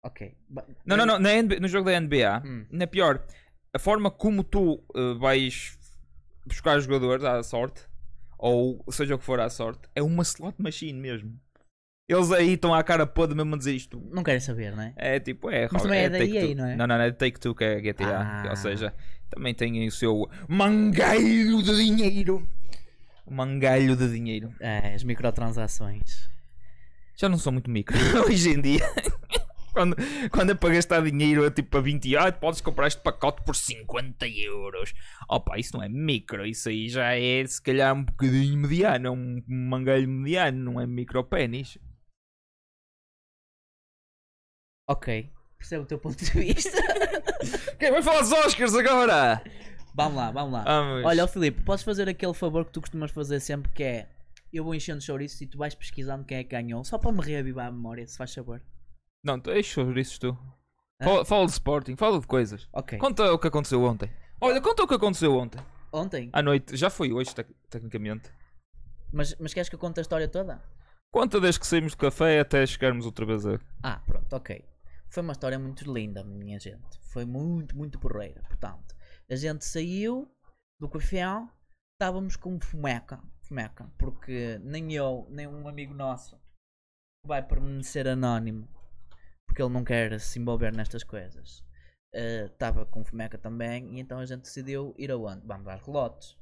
Speaker 2: Ok. Ba-
Speaker 1: Não, não, não. na NB no jogo da NBA,
Speaker 2: Hum.
Speaker 1: na pior, a forma como tu eh, vais buscar jogadores à sorte, ou seja o que for à sorte, é uma slot machine mesmo. Eles aí estão à cara podre mesmo a dizer isto.
Speaker 2: Não querem saber, né?
Speaker 1: É tipo, é.
Speaker 2: Mas também é da
Speaker 1: Take
Speaker 2: EA,
Speaker 1: Two.
Speaker 2: não é?
Speaker 1: Não, não, não, é Take Two que é GTA.
Speaker 2: Ah.
Speaker 1: Ou seja, também tem o seu mangalho de dinheiro. Mangalho de dinheiro.
Speaker 2: É, as microtransações.
Speaker 1: Já não sou muito micro hoje em dia. Quando, quando é para gastar dinheiro, é tipo a 20 ah, podes comprar este pacote por 50 euros. Opa, isso não é micro, isso aí já é se calhar um bocadinho mediano, é um mangalho mediano, não é micro pênis.
Speaker 2: Ok. Percebo o teu ponto de vista.
Speaker 1: Quem vai falar dos Oscars agora?
Speaker 2: vamos lá, vamos lá.
Speaker 1: Vamos.
Speaker 2: Olha, ó Filipe, podes fazer aquele favor que tu costumas fazer sempre que é eu vou enchendo chouriços e tu vais pesquisando quem é que ganhou, só para me reavivar a memória, se faz favor.
Speaker 1: Não, tu- deixa sobre isso tu. Fala, fala de Sporting, fala de coisas.
Speaker 2: Ok.
Speaker 1: Conta o que aconteceu ontem. Olha, conta o que aconteceu ontem.
Speaker 2: Ontem?
Speaker 1: À noite, já foi hoje, tec- tecnicamente.
Speaker 2: Mas, mas queres que eu conte a história toda?
Speaker 1: Conta desde que saímos do café até chegarmos outra vez a.
Speaker 2: Ah, pronto, ok. Foi uma história muito linda, minha gente. Foi muito, muito porreira. Portanto, a gente saiu do café, estávamos com fumeca, fumeca, porque nem eu, nem um amigo nosso vai permanecer anónimo, porque ele não quer se envolver nestas coisas. Eh, Estava com fumeca também, e então a gente decidiu ir aonde? Vamos às relotes.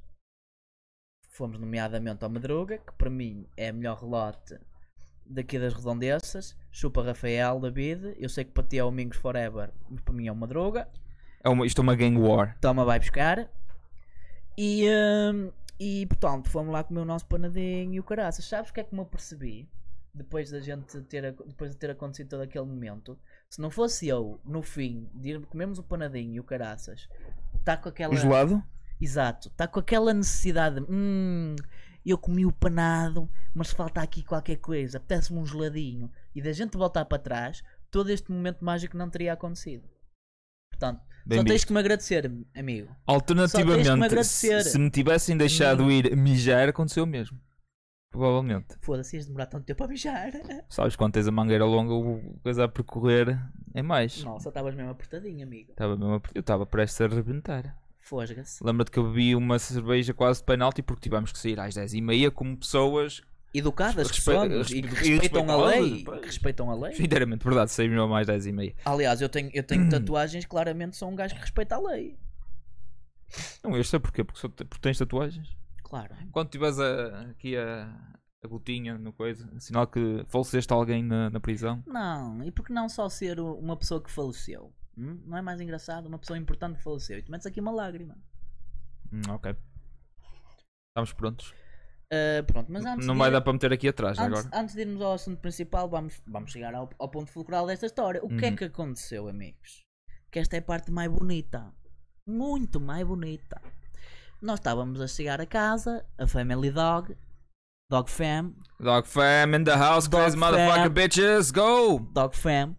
Speaker 2: Fomos nomeadamente ao Madruga, que para mim é a melhor relote daqui das redondezas, chupa Rafael, David, eu sei que para ti é o Mingos Forever, mas para mim é uma droga,
Speaker 1: É uma, isto é uma gang war.
Speaker 2: toma vai buscar, e, hum, e portanto, fomos lá comer o nosso panadinho e o caraças, sabes o que é que me apercebi? Depois da gente ter, ac- depois de ter acontecido todo aquele momento, se não fosse eu, no fim, de ir comermos o panadinho e o caraças, está com aquela...
Speaker 1: O gelado?
Speaker 2: Exato, está com aquela necessidade. Hum, eu comi o panado, mas falta aqui qualquer coisa, apetece-me um geladinho. E da gente voltar para trás, todo este momento mágico não teria acontecido. Portanto,
Speaker 1: Bem
Speaker 2: só tens
Speaker 1: visto.
Speaker 2: que me agradecer, amigo. Só tens que me
Speaker 1: Alternativamente,
Speaker 2: agradecer.
Speaker 1: se, se me tivessem deixado ir mijar, aconteceu o mesmo. Provavelmente.
Speaker 2: Foda-se, ias demorar tanto tempo a mijar.
Speaker 1: Sabes quando tens a mangueira longa, o coisa a percorrer é mais.
Speaker 2: Nossa, estavas mesmo apertadinho, amigo.
Speaker 1: Tava mesmo a- Eu estava prestes a arrebentar.
Speaker 2: Fosga-se.
Speaker 1: Lembra-te que eu bebi uma cerveja quase de penalti porque tivemos que sair às 10h30 como pessoas.
Speaker 2: Educadas que
Speaker 1: Respe-
Speaker 2: somos e que
Speaker 1: respe-
Speaker 2: respeitam a
Speaker 1: respeitosas,
Speaker 2: lei.
Speaker 1: pois.
Speaker 2: Que respeitam a lei.
Speaker 1: Inteiramente verdade, saímos às mais 10h30.
Speaker 2: Aliás, eu tenho, eu tenho tatuagens, claramente sou um gajo que respeita a lei.
Speaker 1: Não, eu sei porquê, porque, só te- porque tens tatuagens.
Speaker 2: Claro.
Speaker 1: Quando tiveres a- aqui a, a gotinha no coisa, sinal que faleceste alguém na, na prisão.
Speaker 2: Não, e por que não só ser o- uma pessoa que faleceu? Hum? Não é mais engraçado? Uma pessoa importante que faleceu. E tu metes aqui uma lágrima.
Speaker 1: Hum, ok. Estamos prontos.
Speaker 2: Ah, pronto, mas antes,
Speaker 1: Não
Speaker 2: de
Speaker 1: vai
Speaker 2: ir-
Speaker 1: dar para meter aqui atrás
Speaker 2: antes,
Speaker 1: agora.
Speaker 2: antes de irmos ao assunto principal, vamos, vamos chegar ao, ao ponto fulcral desta história. O que é
Speaker 1: Uhum.
Speaker 2: que aconteceu, amigos? Que esta é a parte mais bonita. Muito mais bonita. Nós estávamos a chegar a casa, a Family Dog, Dog Fam,
Speaker 1: Dog fam in the house, crazy
Speaker 2: Dog
Speaker 1: motherfucker
Speaker 2: fam.
Speaker 1: bitches, go!
Speaker 2: Dog Fam.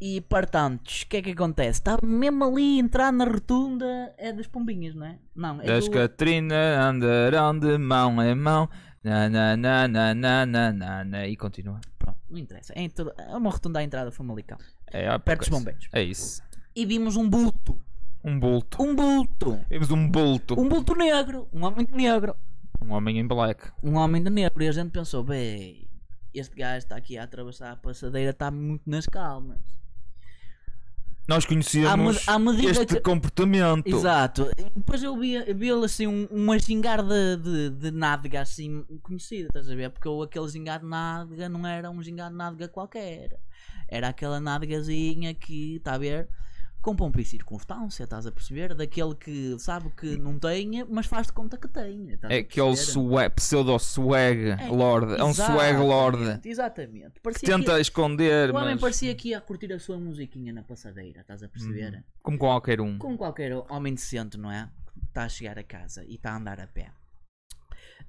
Speaker 2: E portanto, o que é que acontece? Está mesmo ali a entrar na rotunda é das pombinhas, não é? Não, é
Speaker 1: Das
Speaker 2: do-
Speaker 1: Catrina andarão de mão em mão. Na, na, na, na, na, na, na, na. E continua.
Speaker 2: Pronto, não interessa. É, em toda- é uma rotunda à entrada do Famalicão.
Speaker 1: É, há
Speaker 2: Perto dos
Speaker 1: coisa.
Speaker 2: bombeiros.
Speaker 1: É isso.
Speaker 2: E vimos um bulto.
Speaker 1: Um bulto.
Speaker 2: Um bulto.
Speaker 1: Vimos um bulto.
Speaker 2: Um bulto negro. Um homem de negro.
Speaker 1: Um homem em black.
Speaker 2: Um homem de negro. E a gente pensou, bem, este gajo está aqui a atravessar a passadeira, está muito nas calmas.
Speaker 1: Nós conhecíamos
Speaker 2: À med- à medida
Speaker 1: este
Speaker 2: que-
Speaker 1: comportamento.
Speaker 2: Exato. E depois eu vi, vi ele assim, um- uma gingarda de, de nádega assim conhecida, estás a ver? Porque eu, aquele gingado de nádega não era um gingado de nádega qualquer. Era aquela nádegazinha que, está a ver? Com pompa e circunstância, estás a perceber? Daquele que sabe que não tem, mas faz de conta que tem. estás a
Speaker 1: Hum. É aquele
Speaker 2: perceber?
Speaker 1: swag, pseudo swag
Speaker 2: É,
Speaker 1: lord. É um swag lord.
Speaker 2: exatamente, Exatamente. Parecia
Speaker 1: Tenta
Speaker 2: que,
Speaker 1: esconder,
Speaker 2: o homem
Speaker 1: mas
Speaker 2: parecia que ia curtir a sua musiquinha na passadeira, estás a perceber?
Speaker 1: como qualquer um.
Speaker 2: Como qualquer homem decente, não é? Está a chegar a casa e está a andar a pé.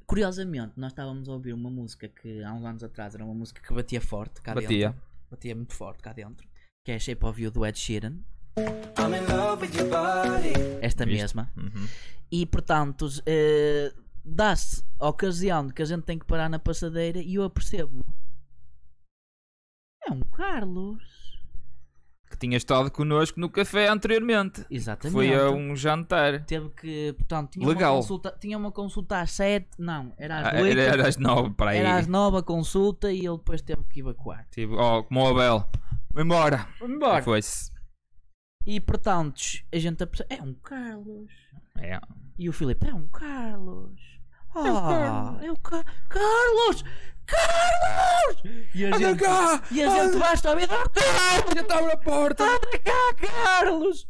Speaker 2: Curiosamente, nós estávamos a ouvir uma música que há uns anos atrás era uma música que batia forte cá
Speaker 1: Batia.
Speaker 2: dentro. Batia muito forte cá dentro. Que é Shape of You do Ed Sheeran. Esta mesma.
Speaker 1: Uhum.
Speaker 2: E portanto, eh, dá-se a ocasião de que a gente tem que parar na passadeira e eu apercebo-me. É um Carlos.
Speaker 1: Que tinha estado connosco no café anteriormente.
Speaker 2: Exatamente.
Speaker 1: Foi a um jantar.
Speaker 2: Teve que, portanto, tinha,
Speaker 1: Legal.
Speaker 2: Uma, consulta, tinha uma consulta às 7, não, era às
Speaker 1: Ah,
Speaker 2: 8,
Speaker 1: Era,
Speaker 2: era,
Speaker 1: era às nove para aí.
Speaker 2: às 9 a consulta e ele depois teve que evacuar.
Speaker 1: Tipo, ó, como o Abel. Vou embora.
Speaker 2: Vamos embora.
Speaker 1: Foi-se.
Speaker 2: E portanto, a gente aperce- é um Carlos.
Speaker 1: É.
Speaker 2: E o Filipe, é um Carlos.
Speaker 1: um
Speaker 2: Ah, é o Car Carlos! Carlos! E a
Speaker 1: Anda
Speaker 2: gente,
Speaker 1: cá!
Speaker 2: e a gente
Speaker 1: Anda-
Speaker 2: basta a vida, "Oh, Carlos!
Speaker 1: Já estava na porta!
Speaker 2: Anda cá, Carlos!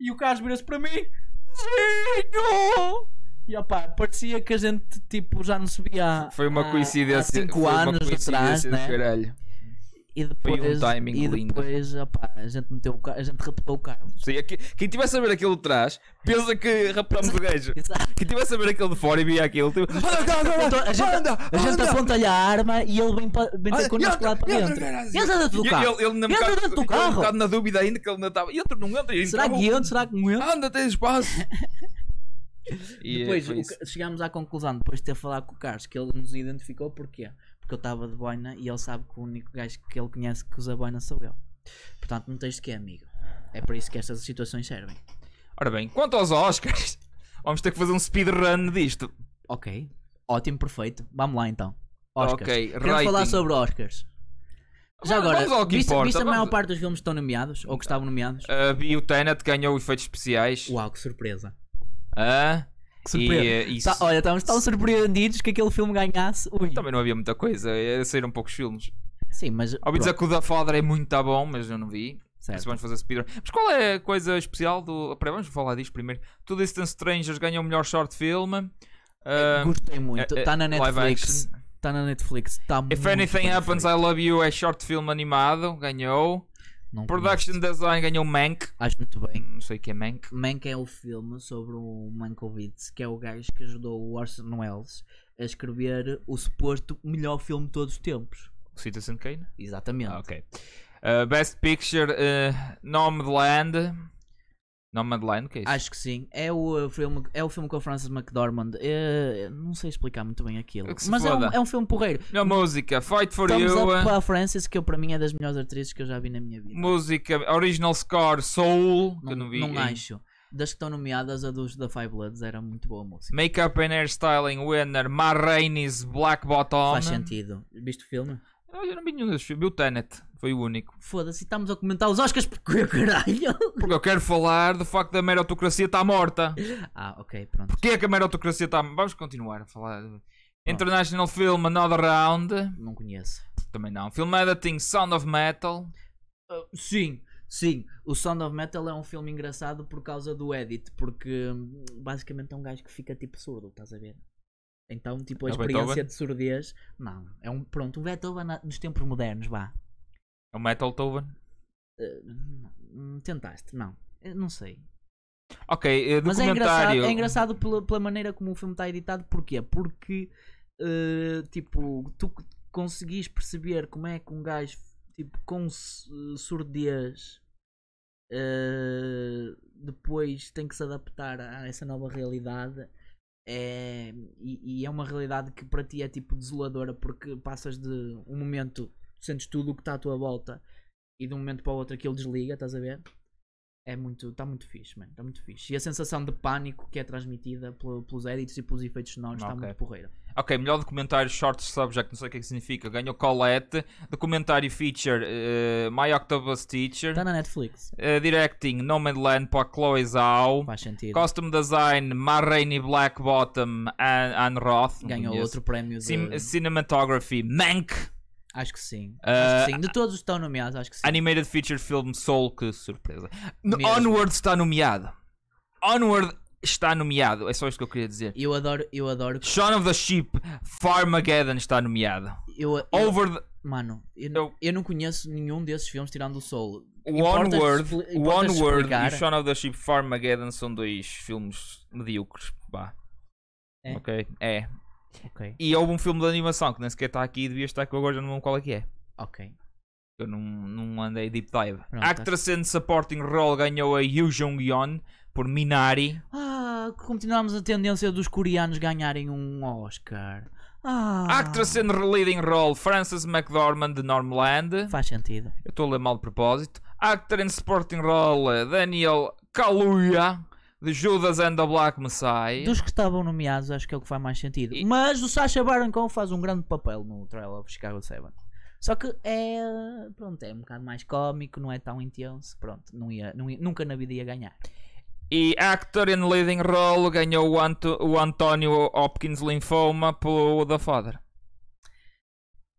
Speaker 2: E o Carlos vira-se para mim, Zinho! E opá, parecia que a gente tipo, já não subia há,
Speaker 1: Foi uma
Speaker 2: há-
Speaker 1: coincidência.
Speaker 2: há cinco
Speaker 1: foi uma
Speaker 2: anos
Speaker 1: coincidência
Speaker 2: atrás,
Speaker 1: do
Speaker 2: né?
Speaker 1: caralho.
Speaker 2: E
Speaker 1: Foi um
Speaker 2: depois,
Speaker 1: timing
Speaker 2: e
Speaker 1: lindo.
Speaker 2: depois opá, a gente meteu o carro, a gente raptou o carro.
Speaker 1: Sim, aqui- quem estivesse a ver aquilo de trás, pensa que raptamos o gajo.
Speaker 2: Exato.
Speaker 1: Quem estivesse a ver aquilo de fora e via aquilo, tipo, anda, cá, anda,
Speaker 2: Então, a gente,
Speaker 1: anda,
Speaker 2: a gente
Speaker 1: anda."
Speaker 2: aponta-lhe a arma e ele vem, pa, vem ter
Speaker 1: Olha,
Speaker 2: connosco
Speaker 1: entra,
Speaker 2: lá para
Speaker 1: entra,
Speaker 2: dentro.
Speaker 1: caralho.
Speaker 2: Entra dentro do
Speaker 1: E
Speaker 2: carro.
Speaker 1: Ele, ele ainda um
Speaker 2: Entra
Speaker 1: bocado-
Speaker 2: dentro do
Speaker 1: ele
Speaker 2: carro.
Speaker 1: um bocado na dúvida ainda que ele ainda estava. Entra, não entra. ele
Speaker 2: Será
Speaker 1: entrava,
Speaker 2: que entra? Será que não entra?
Speaker 1: Anda, tens espaço. E eh,
Speaker 2: depois
Speaker 1: foi
Speaker 2: o
Speaker 1: isso.
Speaker 2: Ca- chegámos à conclusão, depois de ter falado com o Carlos, que ele nos identificou porquê? Porque eu estava de boina e ele sabe que o único gajo que ele conhece que usa boina sou eu. Portanto, não tens de que, amigo. É para isso que estas situações servem.
Speaker 1: Ora bem, quanto aos Oscars, vamos ter que fazer um speedrun disto.
Speaker 2: Ok. Ótimo, perfeito. Vamos lá então. Oscars.
Speaker 1: Ok,
Speaker 2: Queremos
Speaker 1: rating.
Speaker 2: falar sobre Oscars. Já
Speaker 1: Vamos-
Speaker 2: agora,
Speaker 1: vamos ao que
Speaker 2: viste,
Speaker 1: importa,
Speaker 2: viste a
Speaker 1: vamos-
Speaker 2: maior parte dos filmes que estão nomeados? Ou que estavam nomeados?
Speaker 1: Ah, vi o Tenet ganhou efeitos especiais.
Speaker 2: Uau, que surpresa.
Speaker 1: Ah,
Speaker 2: Que
Speaker 1: e,
Speaker 2: surpresa.
Speaker 1: eh, isso.
Speaker 2: Tá- olha, estávamos tão surpreendidos que aquele filme ganhasse. Ui.
Speaker 1: Também não havia muita coisa, eh, saíram poucos filmes.
Speaker 2: Sim, mas.
Speaker 1: Ouvi dizer
Speaker 2: pronto,
Speaker 1: que o da Father é muito tá bom, mas eu não vi.
Speaker 2: certo.
Speaker 1: Se vamos fazer speedrun. Mas qual é a coisa especial do. Peraí, vamos falar disto primeiro. Two Distant Strangers ganhou o melhor short film. Ah,
Speaker 2: Gostei muito.
Speaker 1: eh, eh,
Speaker 2: Está na
Speaker 1: live
Speaker 2: Netflix.
Speaker 1: action.
Speaker 2: Está na Netflix. Está muito.
Speaker 1: If Anything
Speaker 2: bem
Speaker 1: Happens,
Speaker 2: feito.
Speaker 1: I Love You é short film animado, ganhou.
Speaker 2: Não conheço.
Speaker 1: Production Design ganhou Mank.
Speaker 2: Acho muito bem.
Speaker 1: Não sei o que é Mank.
Speaker 2: Mank é o filme sobre o Mankiewicz, que é o gajo que ajudou o Orson Welles a escrever o suposto melhor filme de todos os tempos.
Speaker 1: Citizen Kane?
Speaker 2: Exatamente.
Speaker 1: Ah, ok. Uh, Best Picture, uh, Nomadland. Nomadland, o que é isso?
Speaker 2: Acho que sim. É o, uh, filme, é o filme com a Frances McDormand. Eh, não sei explicar muito bem aquilo.
Speaker 1: Que se
Speaker 2: Mas é um,
Speaker 1: foda.
Speaker 2: é um filme porreiro.
Speaker 1: Melhor música, Fight For
Speaker 2: Estamos
Speaker 1: You.
Speaker 2: up
Speaker 1: uh,
Speaker 2: para a Frances, que eu, para mim é das melhores atrizes que eu já vi na minha vida.
Speaker 1: Música, Original Score, Soul, que
Speaker 2: Não,
Speaker 1: eu não vi.
Speaker 2: não acho. Das que estão nomeadas, a dos da Five Bloods era muito boa a música.
Speaker 1: Makeup and Hairstyling, Winner, Ma Rainey's Black Bottom.
Speaker 2: Faz sentido. Viste o filme?
Speaker 1: Ah, Eu não vi nenhum desses, eu vi o Tenet, foi o único.
Speaker 2: Foda-se, estamos a comentar os Oscars porque caralho.
Speaker 1: Porque eu quero falar do facto da meritocracia está morta.
Speaker 2: Ah, ok, pronto.
Speaker 1: Porquê é que a meritocracia está Vamos continuar a falar. International Film, Another Round.
Speaker 2: Não conheço.
Speaker 1: Também não. Film Editing, Sound of Metal.
Speaker 2: Ah, sim, sim. O Sound of Metal é um filme engraçado por causa do edit, porque hum, basicamente é um gajo que fica tipo surdo, estás a ver? Então, tipo, a
Speaker 1: É o
Speaker 2: experiência
Speaker 1: Beethoven?
Speaker 2: de surdez. Não, é um. Pronto, um Beethoven na- dos tempos modernos, vá.
Speaker 1: É o Metal Toven.
Speaker 2: Ah, não, não, tentaste, não. Eu Não sei.
Speaker 1: Ok, eh,
Speaker 2: Mas é engraçado,
Speaker 1: documentário.
Speaker 2: é engraçado pela, pela maneira como o filme está editado, porquê? Porque eh, tipo, tu c- conseguis perceber como é que um gajo tipo, com su- surdez eh, depois tem que se adaptar a essa nova realidade. É, e, e é uma realidade que para ti é tipo desoladora porque passas de um momento sentes tudo o que está à tua volta e de um momento para o outro aquilo desliga, estás a ver? É muito, está muito fixe, mano, está muito fixe. E a sensação de pânico que é transmitida pelo- pelos edits e pelos efeitos sonoros está
Speaker 1: Ok.
Speaker 2: muito porreira.
Speaker 1: Ok, melhor documentário short subject, não sei o que é que significa. Ganhou Colette. Documentário feature, eh, My Octopus Teacher.
Speaker 2: Está Tá na Netflix,
Speaker 1: Eh, directing, Nomadland para Chloe Zhao.
Speaker 2: faz sentido.
Speaker 1: Costume design, Ma Rainey Black Bottom, Anne, Anne Roth. não
Speaker 2: Ganhou
Speaker 1: conheço.
Speaker 2: outro prémio de...
Speaker 1: Cin- cinematography, Mank.
Speaker 2: Acho que sim.
Speaker 1: Ah,
Speaker 2: acho que sim. De todos os que estão nomeados, acho que sim.
Speaker 1: Animated Feature Film Soul, que surpresa. No-
Speaker 2: Mesmo.
Speaker 1: Onward está nomeado. Onward está nomeado, é só isto que eu queria dizer.
Speaker 2: Eu adoro, eu adoro.
Speaker 1: Shaun of the Sheep, Farmageddon está nomeado.
Speaker 2: Eu, eu-
Speaker 1: Over the.
Speaker 2: Mano, eu,
Speaker 1: Eu-
Speaker 2: eu não conheço nenhum desses filmes tirando o Soul.
Speaker 1: O
Speaker 2: Importa-te
Speaker 1: Onward,
Speaker 2: expli-
Speaker 1: o
Speaker 2: importa-te
Speaker 1: Onward
Speaker 2: explicar?
Speaker 1: e Shaun of the Sheep Farmageddon são dois filmes medíocres. Vá.
Speaker 2: É?
Speaker 1: Ok, é.
Speaker 2: Ok,
Speaker 1: E houve um filme de animação que nem sequer está aqui e devia estar que eu agora já não me lembro qual é que é.
Speaker 2: ok.
Speaker 1: Eu não, não andei deep dive.
Speaker 2: Pronto,
Speaker 1: Actress and Supporting Role ganhou a Yoo Jung-yeon por Minari.
Speaker 2: Ah, continuamos a tendência dos coreanos ganharem um Oscar. Ah,
Speaker 1: Actress and Leading Role Frances McDormand de Normland.
Speaker 2: Faz sentido.
Speaker 1: Eu estou a ler mal de propósito. Actor and Supporting Role eh, Daniel Kaluuya de Judas and the Black Messiah.
Speaker 2: Dos que estavam nomeados, acho que é o que faz mais sentido.
Speaker 1: E-
Speaker 2: Mas o Sacha Baron Cohen faz um grande papel no trailer of Chicago 7. Só que é. Pronto, é um bocado mais cómico, não é tão intenso. Pronto, não ia, não ia- nunca na vida ia ganhar.
Speaker 1: E Actor in Leading Role ganhou o, Anto o António Hopkins Linfoma pelo The Father.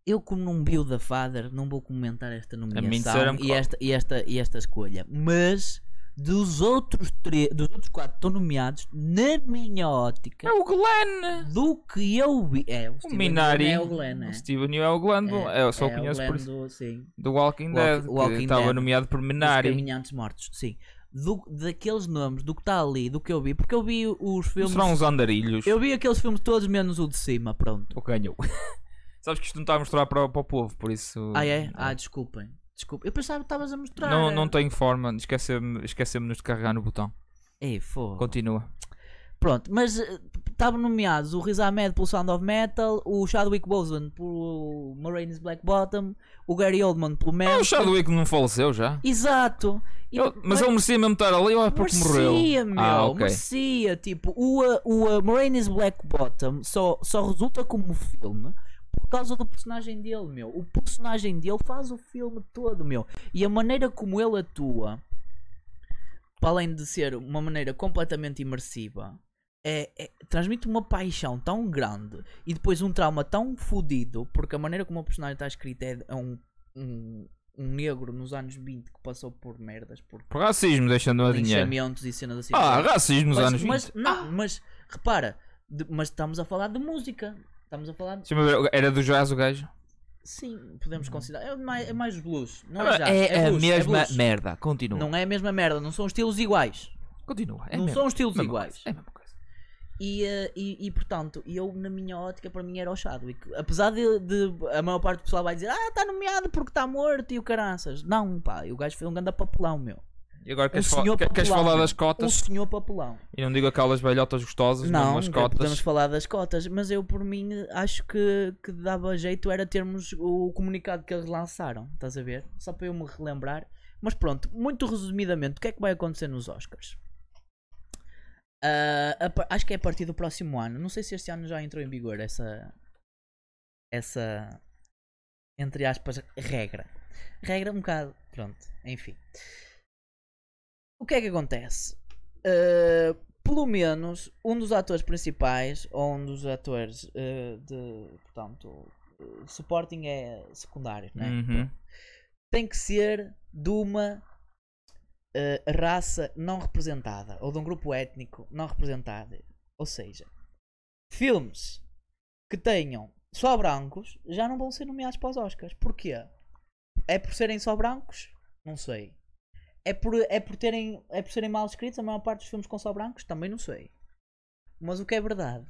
Speaker 2: Eu, como não vi o da Father, não vou comentar esta
Speaker 1: A mim
Speaker 2: nomeação
Speaker 1: disseram que-
Speaker 2: e esta, e, esta, e esta escolha. Mas dos outros, tre- dos outros quatro estão nomeados, na minha ótica,
Speaker 1: É o Glenn!
Speaker 2: do que eu vi. É, o,
Speaker 1: O
Speaker 2: Steven
Speaker 1: Minari.
Speaker 2: É o Glenn, é.
Speaker 1: O Um Steven Yeun é o Glenn. do- eu só
Speaker 2: é o
Speaker 1: conheço
Speaker 2: Glenn
Speaker 1: por isso.
Speaker 2: do- sim,
Speaker 1: Do Walking
Speaker 2: Walk-
Speaker 1: Dead.
Speaker 2: Walking
Speaker 1: que estava
Speaker 2: Dead.
Speaker 1: nomeado por
Speaker 2: dos
Speaker 1: Minari.
Speaker 2: Caminhantes Mortos, sim. Do, daqueles nomes, do que está ali, do que eu vi, porque eu vi os filmes.
Speaker 1: Serão uns andarilhos.
Speaker 2: é um Eu vi aqueles filmes todos menos o de cima, pronto.
Speaker 1: O ganhou. Sabes que isto não está a mostrar para, para o povo, por isso.
Speaker 2: Ah, é? Ah, desculpem. Desculpa. Eu pensava que estavas a mostrar.
Speaker 1: Hum,
Speaker 2: é.
Speaker 1: Não, não tenho forma. Esquecemos nos de carregar no botão.
Speaker 2: Ei, foda.
Speaker 1: Continua.
Speaker 2: Pronto, mas eh, estavam nomeados o Riz Ahmed pelo Sound of Metal, o Chadwick Boseman pelo Marines Black Bottom, o Gary Oldman pelo
Speaker 1: Ah,
Speaker 2: Mel.
Speaker 1: o Chadwick não faleceu já.
Speaker 2: Exato. E-
Speaker 1: Ele- mas ele merecia mesmo estar ali ou é porque
Speaker 2: merecia,
Speaker 1: morreu?
Speaker 2: meu,
Speaker 1: ah, ok.
Speaker 2: merecia. Tipo, o, uh, o uh, Marines Black Bottom só, só resulta como filme por causa do personagem dele, meu. O personagem dele faz o filme todo, meu. E a maneira como ele atua, para além de ser uma maneira completamente imersiva, é, é- transmite uma paixão tão grande e depois um trauma tão fodido, porque a maneira como o personagem está escrito é, é um, um, um negro nos anos 20 que passou por merdas, por
Speaker 1: Por racismo, deixando a dinheiro.
Speaker 2: linchamentos e cenas assim.
Speaker 1: Ah, racismo nos
Speaker 2: mas,
Speaker 1: anos 20.
Speaker 2: mas, não, mas repara, de- mas estamos a falar de música. Estamos a falar.
Speaker 1: Deixa-me ver, era do jazz o gajo?
Speaker 2: Sim, podemos considerar. É mais, é mais blues. Não é, jazz, é, blues, é blues.
Speaker 1: merda. Continua.
Speaker 2: Não é a mesma merda, não são estilos iguais.
Speaker 1: Continua. É
Speaker 2: não
Speaker 1: mesmo.
Speaker 2: são estilos
Speaker 1: Mesma
Speaker 2: iguais.
Speaker 1: coisa, É a mesma coisa.
Speaker 2: E, eh, e, e, portanto, eu na minha ótica para mim era o Chadwick. Apesar de, de a maior parte do pessoal vai dizer Ah, está nomeado porque está morto e o caranças. Não, pá, o gajo foi um ganda papelão, meu.
Speaker 1: E agora queres,
Speaker 2: um
Speaker 1: fa-
Speaker 2: senhor
Speaker 1: que- queres
Speaker 2: papelão,
Speaker 1: falar
Speaker 2: meu.
Speaker 1: das
Speaker 2: Um
Speaker 1: cotas?
Speaker 2: senhor papelão.
Speaker 1: E não digo aquelas velhotas gostosas, não,
Speaker 2: Não, é,
Speaker 1: as
Speaker 2: podemos
Speaker 1: cotas.
Speaker 2: falar das cotas, mas eu por mim acho que, que dava jeito era termos o comunicado que eles lançaram, estás a ver? Só para eu me relembrar. Mas pronto, muito resumidamente, o que é que vai acontecer nos Oscars? Ah, a par- acho que é a partir do próximo ano. Não sei se este ano já entrou em vigor essa. Essa. Entre aspas, regra. Regra um bocado. Pronto, enfim. O que é que acontece? Ah, pelo menos um dos atores principais ou um dos atores eh, de portanto eh, supporting é secundário né?
Speaker 1: Uhum.
Speaker 2: tem que ser de uma eh, raça não representada ou de um grupo étnico não representado ou seja filmes que tenham só brancos já não vão ser nomeados para os Oscars porquê é por serem só brancos não sei é por, é por terem é por serem mal escritos a maior parte dos filmes com só brancos também não sei mas o que é verdade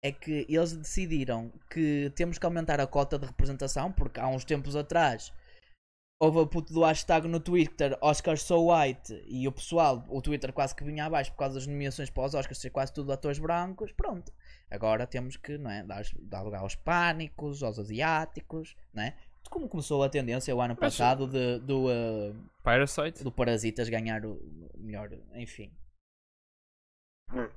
Speaker 2: é que eles decidiram que temos que aumentar a cota de representação porque há uns tempos atrás houve a puta do hashtag no Twitter Oscar so white e o pessoal o Twitter quase que vinha abaixo por causa das nomeações para os Oscars ser quase tudo atores brancos pronto agora temos que não é, dar, dar lugar aos pânicos aos asiáticos não é? como começou a tendência o ano
Speaker 1: Mas-
Speaker 2: passado de- do ah,
Speaker 1: Parasite?
Speaker 2: do Parasitas ganhar o melhor, enfim.
Speaker 1: Hum.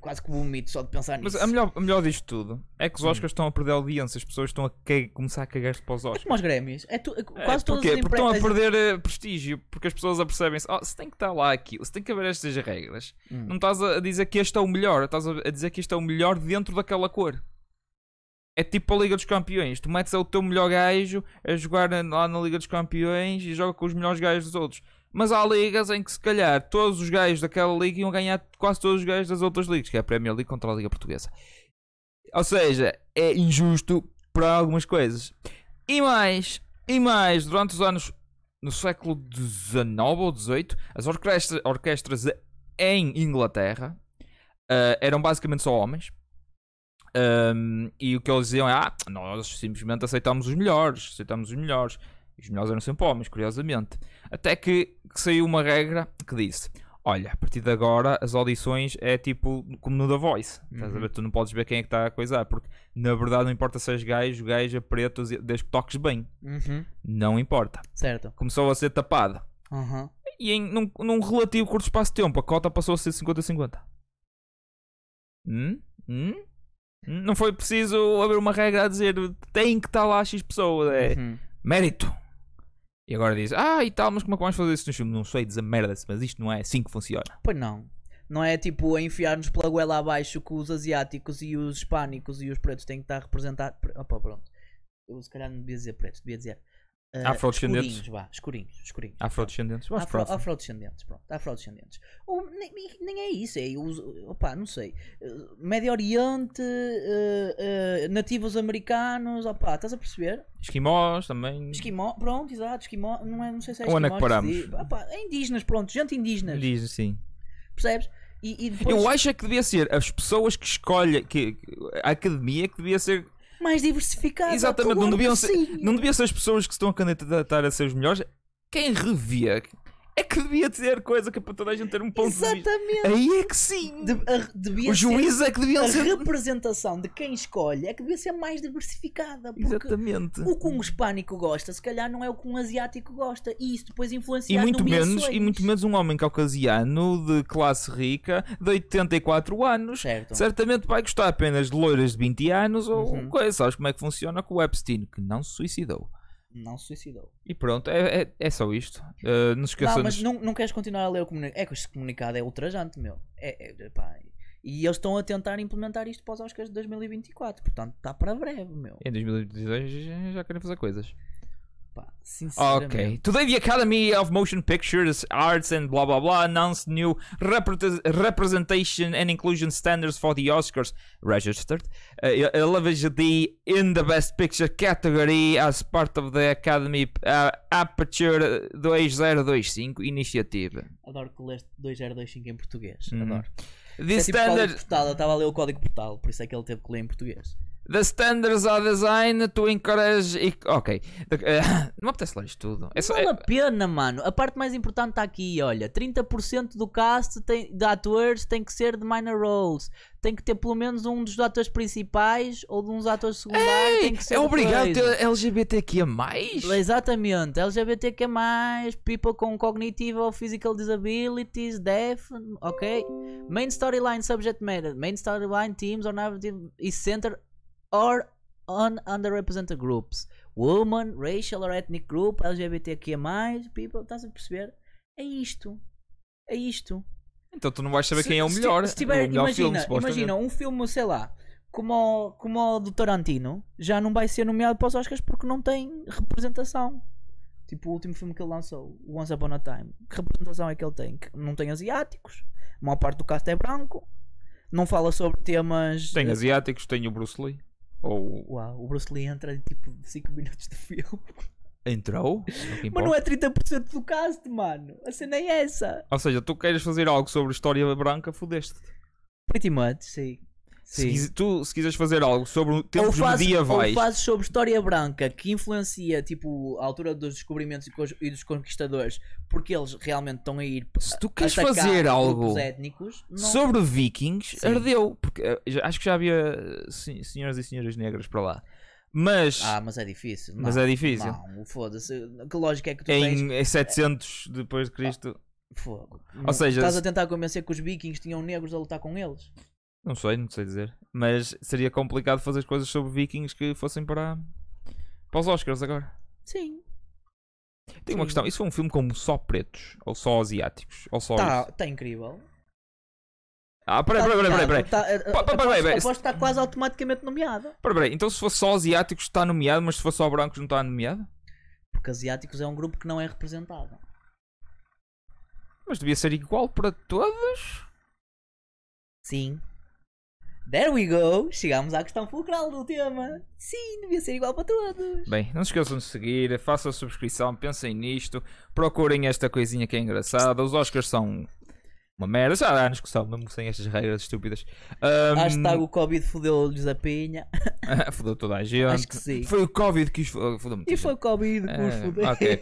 Speaker 2: Quase que vomito só de pensar
Speaker 1: Mas
Speaker 2: nisso.
Speaker 1: a melhor, a melhor disto tudo é que os
Speaker 2: Hum.
Speaker 1: Oscars estão a perder audiência, as pessoas estão a ca- começar a cagar-se para os
Speaker 2: É
Speaker 1: Oscars.
Speaker 2: como os Grêmios. É tu- é
Speaker 1: É,
Speaker 2: quase todas
Speaker 1: porquê?
Speaker 2: as
Speaker 1: Porque estão a
Speaker 2: empresas.
Speaker 1: perder eh, prestígio, porque as pessoas apercebem-se, oh, se tem que estar lá aquilo, se tem que haver estas regras.
Speaker 2: Hum.
Speaker 1: Não estás a a dizer que este é o melhor, estás a a dizer que este é o melhor dentro daquela cor. É tipo a Liga dos Campeões, tu metes é o teu melhor gajo a jogar na- lá na Liga dos Campeões e joga com os melhores gajos dos outros. Mas há ligas em que se calhar todos os gajos daquela liga iam ganhar quase todos os gajos das outras ligas, que é a Premier League contra a Liga Portuguesa. Ou seja, é injusto para algumas coisas. E mais, e mais, durante os anos no século XIX ou XVIII, as orquestra- orquestras em Inglaterra ah, eram basicamente só homens. Ahm, e o que eles diziam é: ah, nós simplesmente aceitamos os melhores, aceitamos os melhores. E os melhores eram sempre homens, curiosamente. Até que, que saiu uma regra que disse: olha, a partir de agora as audições é tipo como no The Voice. Estás a ver? Tu não podes ver quem é que está a coisar, porque na verdade não importa se és gajo, gaja, preto, desde que toques bem.
Speaker 2: Uhum,
Speaker 1: Não importa.
Speaker 2: Certo.
Speaker 1: Começou a ser tapada.
Speaker 2: Uhum.
Speaker 1: E em, num, num relativo curto espaço de tempo, a cota passou a ser 50-50. Hum? Hum? Hum? Não foi preciso haver uma regra a dizer tem que estar lá X pessoa. É
Speaker 2: Uhum.
Speaker 1: mérito. E agora diz, ah e tal, mas como é que vamos fazer isso no filme? Não sei, diz a merda-se, mas isto não é assim que funciona.
Speaker 2: Pois não. Não é tipo a enfiar-nos pela goela abaixo que os asiáticos e os hispânicos e os pretos têm que estar representados. Opa, pronto. Eu se calhar não devia dizer pretos, devia dizer eh,
Speaker 1: Afrodescendentes.
Speaker 2: Escurinhos, vá, escurinhos, escurinhos.
Speaker 1: Afrodescendentes. Mais
Speaker 2: Afro,
Speaker 1: próximo.
Speaker 2: afrodescendentes, pronto, afrodescendentes. Ou nem, nem- nem é isso, é os, opa, não sei. eh, Médio Oriente, eh, eh, nativos americanos, opa, estás a perceber?
Speaker 1: Esquimós também.
Speaker 2: Esquimó, pronto, exato, esquimó, não, é, não sei se é
Speaker 1: Onde é que
Speaker 2: esquimó
Speaker 1: paramos?
Speaker 2: se diz. Opa, é indígenas, pronto, gente indígena,
Speaker 1: Diz assim. sim.
Speaker 2: percebes? E, e depois,
Speaker 1: Eu acho é que devia ser as pessoas que escolhem que, a academia é que devia ser
Speaker 2: mais diversificado.
Speaker 1: Exatamente,
Speaker 2: claro
Speaker 1: não deviam,
Speaker 2: que
Speaker 1: ser,
Speaker 2: sim.
Speaker 1: não deviam ser as pessoas que se estão a candidatar a ser os melhores. Quem revia é que devia ter coisa que é para toda a gente ter um ponto de vista.
Speaker 2: Exatamente.
Speaker 1: Aí é que sim!
Speaker 2: De, a- devia
Speaker 1: Os
Speaker 2: ser-
Speaker 1: juízes é que deviam
Speaker 2: a
Speaker 1: ser.
Speaker 2: representação de quem escolhe é que devia ser mais diversificada. Porque
Speaker 1: Exatamente.
Speaker 2: o que um hispânico gosta, se calhar não é o que um asiático gosta. E isso depois influencia
Speaker 1: E
Speaker 2: as
Speaker 1: muito, menos,
Speaker 2: nomeações.
Speaker 1: e muito menos um homem caucasiano de classe rica de 84 anos.
Speaker 2: Certo.
Speaker 1: Certamente vai gostar apenas de loiras de 20 anos ou
Speaker 2: Uhum.
Speaker 1: coisa. Sabes como é que funciona com o Epstein, que não se suicidou.
Speaker 2: Não se suicidou.
Speaker 1: E pronto, é, é, é só isto. Uh, não
Speaker 2: Não,
Speaker 1: esqueçam
Speaker 2: mas não, não queres continuar a ler o comunicado. É que este comunicado é ultrajante, meu. É, é- pá. E eles estão a tentar implementar isto para os Oscars de 2024. Portanto, está para breve, meu.
Speaker 1: Em 2016 já querem fazer coisas.
Speaker 2: Pá,
Speaker 1: Okay.
Speaker 2: sinceramente.
Speaker 1: Today, the Academy of Motion Pictures, Arts, and blah blah blah announced new repre- representation and inclusion standards for the Oscars. Registered, uh, LVGD in the Best Picture category as part of the Academy uh, Aperture 2025 initiative.
Speaker 2: Adoro que leste 2025 em português.
Speaker 1: Uhum.
Speaker 2: Adoro.
Speaker 1: The
Speaker 2: É tipo código
Speaker 1: standard,
Speaker 2: postal, eu estava a ler o código portal, por isso é que ele teve que ler em português.
Speaker 1: the standards are designed to encourage. ec- Ok, The- uh, não me apetece ler isto tudo. É só,
Speaker 2: Vale
Speaker 1: é-
Speaker 2: a pena, mano. A parte mais importante está aqui, olha. 30% do cast tem, de atores tem que ser de minor roles. Tem que ter pelo menos um dos atores principais ou de uns atores secundários. tem que ser
Speaker 1: é
Speaker 2: de
Speaker 1: obrigado a
Speaker 2: coisa.
Speaker 1: ter LGBTQ a mais?
Speaker 2: Exatamente. LGBTQ+, é people com cognitive or physical disabilities, deaf, ok? Main storyline subject matter, main storyline teams or narrative is centered or on underrepresented groups. Woman, racial or ethnic group, LGBTQ+, é people, estás a perceber? É isto. É isto.
Speaker 1: Então tu não vais saber
Speaker 2: Se-
Speaker 1: quem é o
Speaker 2: se ti-
Speaker 1: melhor.
Speaker 2: se tiver-
Speaker 1: o melhor filme,
Speaker 2: imagina,
Speaker 1: supostamente.
Speaker 2: imagina um filme, sei lá, como o, como o do Tarantino, já não vai ser nomeado para os Oscars porque não tem representação. Tipo o último filme que ele lançou, o Once Upon a Time. Que representação é que ele tem? Que não tem asiáticos, a maior parte do cast é branco, não fala sobre temas.
Speaker 1: Tem asiáticos, tem o Bruce Lee. Ou
Speaker 2: Uau, o Bruce Lee entra em tipo 5 minutos do filme.
Speaker 1: entrou?
Speaker 2: Mas não é 30% do cast, mano. A cena é essa.
Speaker 1: Ou seja, tu queres fazer algo sobre história branca, fodeste.
Speaker 2: Pretty much, sim.
Speaker 1: Se quis- tu se quiseres fazer algo sobre tempos
Speaker 2: fazes-
Speaker 1: medievais,
Speaker 2: ou fazes sobre história branca que influencia tipo a altura dos descobrimentos e, cos- e dos conquistadores porque eles realmente estão a ir p-
Speaker 1: se tu queres
Speaker 2: atacar
Speaker 1: fazer algo
Speaker 2: grupos étnicos não-
Speaker 1: sobre vikings,
Speaker 2: Sim.
Speaker 1: ardeu. Porque eh, já- acho que já havia eh, se- senhoras e senhores negras para lá. Mas,
Speaker 2: ah mas é difícil
Speaker 1: mas
Speaker 2: não,
Speaker 1: é difícil.
Speaker 2: não foda-se que lógica é que tu tens
Speaker 1: Em, em 700 depois de Cristo,
Speaker 2: Fogo.
Speaker 1: ou seja,
Speaker 2: estás a
Speaker 1: se-
Speaker 2: tentar convencer que os vikings tinham negros a lutar com eles
Speaker 1: não sei, não sei dizer. Mas seria complicado fazer coisas sobre vikings que fossem para, para os Oscars agora.
Speaker 2: sim
Speaker 1: Tem uma
Speaker 2: Sim.
Speaker 1: questão, isso foi um filme com só pretos? Ou só asiáticos? Ou só.
Speaker 2: está
Speaker 1: isso?
Speaker 2: tá incrível
Speaker 1: Ah, peraí, peraí, peraí, peraí, peraí.
Speaker 2: Tá- tá-
Speaker 1: Pa- pa- peraí, peraí.
Speaker 2: aposto que está quase automaticamente nomeado
Speaker 1: Peraí, peraí. Então se fosse só asiáticos está nomeado, mas se fosse só brancos não está nomeado?
Speaker 2: porque asiáticos é um grupo que não é representado
Speaker 1: Mas devia ser igual para todos?
Speaker 2: Sim. There we go! Chegámos à questão fulcral do tema. Sim, devia ser igual para todos.
Speaker 1: Bem, não se esqueçam de seguir, façam a subscrição, pensem nisto, procurem esta coisinha que é engraçada. Os Oscars são uma merda, já há anos que são, mesmo sem estas regras estúpidas. Ahm,
Speaker 2: Hashtag o Covid fodeu-lhes a pinha.
Speaker 1: Fodeu toda a gente.
Speaker 2: Acho que sim.
Speaker 1: Foi o Covid que ah, os fodeu. fodeu muita
Speaker 2: E
Speaker 1: gente.
Speaker 2: foi o Covid que os
Speaker 1: É,
Speaker 2: fodeu.
Speaker 1: ok.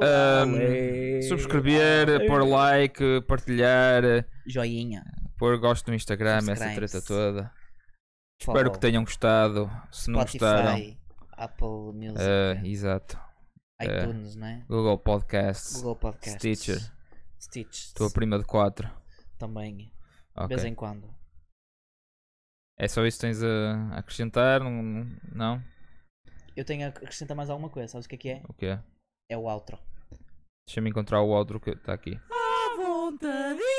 Speaker 1: tá Ahm,
Speaker 2: Olé.
Speaker 1: Subscrever, pôr like, partilhar.
Speaker 2: Joinha.
Speaker 1: pôr gosto no Instagram,
Speaker 2: Subscribe-se.
Speaker 1: essa treta toda.
Speaker 2: Follow.
Speaker 1: Espero que tenham gostado. Se não gostaram,
Speaker 2: Spotify, Apple Music,
Speaker 1: eh, exato.
Speaker 2: iTunes, né?
Speaker 1: Google Podcasts,
Speaker 2: Google Podcasts.
Speaker 1: é. Stitcher.
Speaker 2: Stitch.
Speaker 1: tua prima de 4.
Speaker 2: Também. De
Speaker 1: Ok.
Speaker 2: vez em quando.
Speaker 1: É só isso que tens a acrescentar? Não? não?
Speaker 2: Eu tenho a acrescentar mais alguma coisa. Sabes o que é que é?
Speaker 1: O que é?
Speaker 2: É o outro.
Speaker 1: Deixa-me encontrar o outro que está tá aqui.
Speaker 2: À vontade.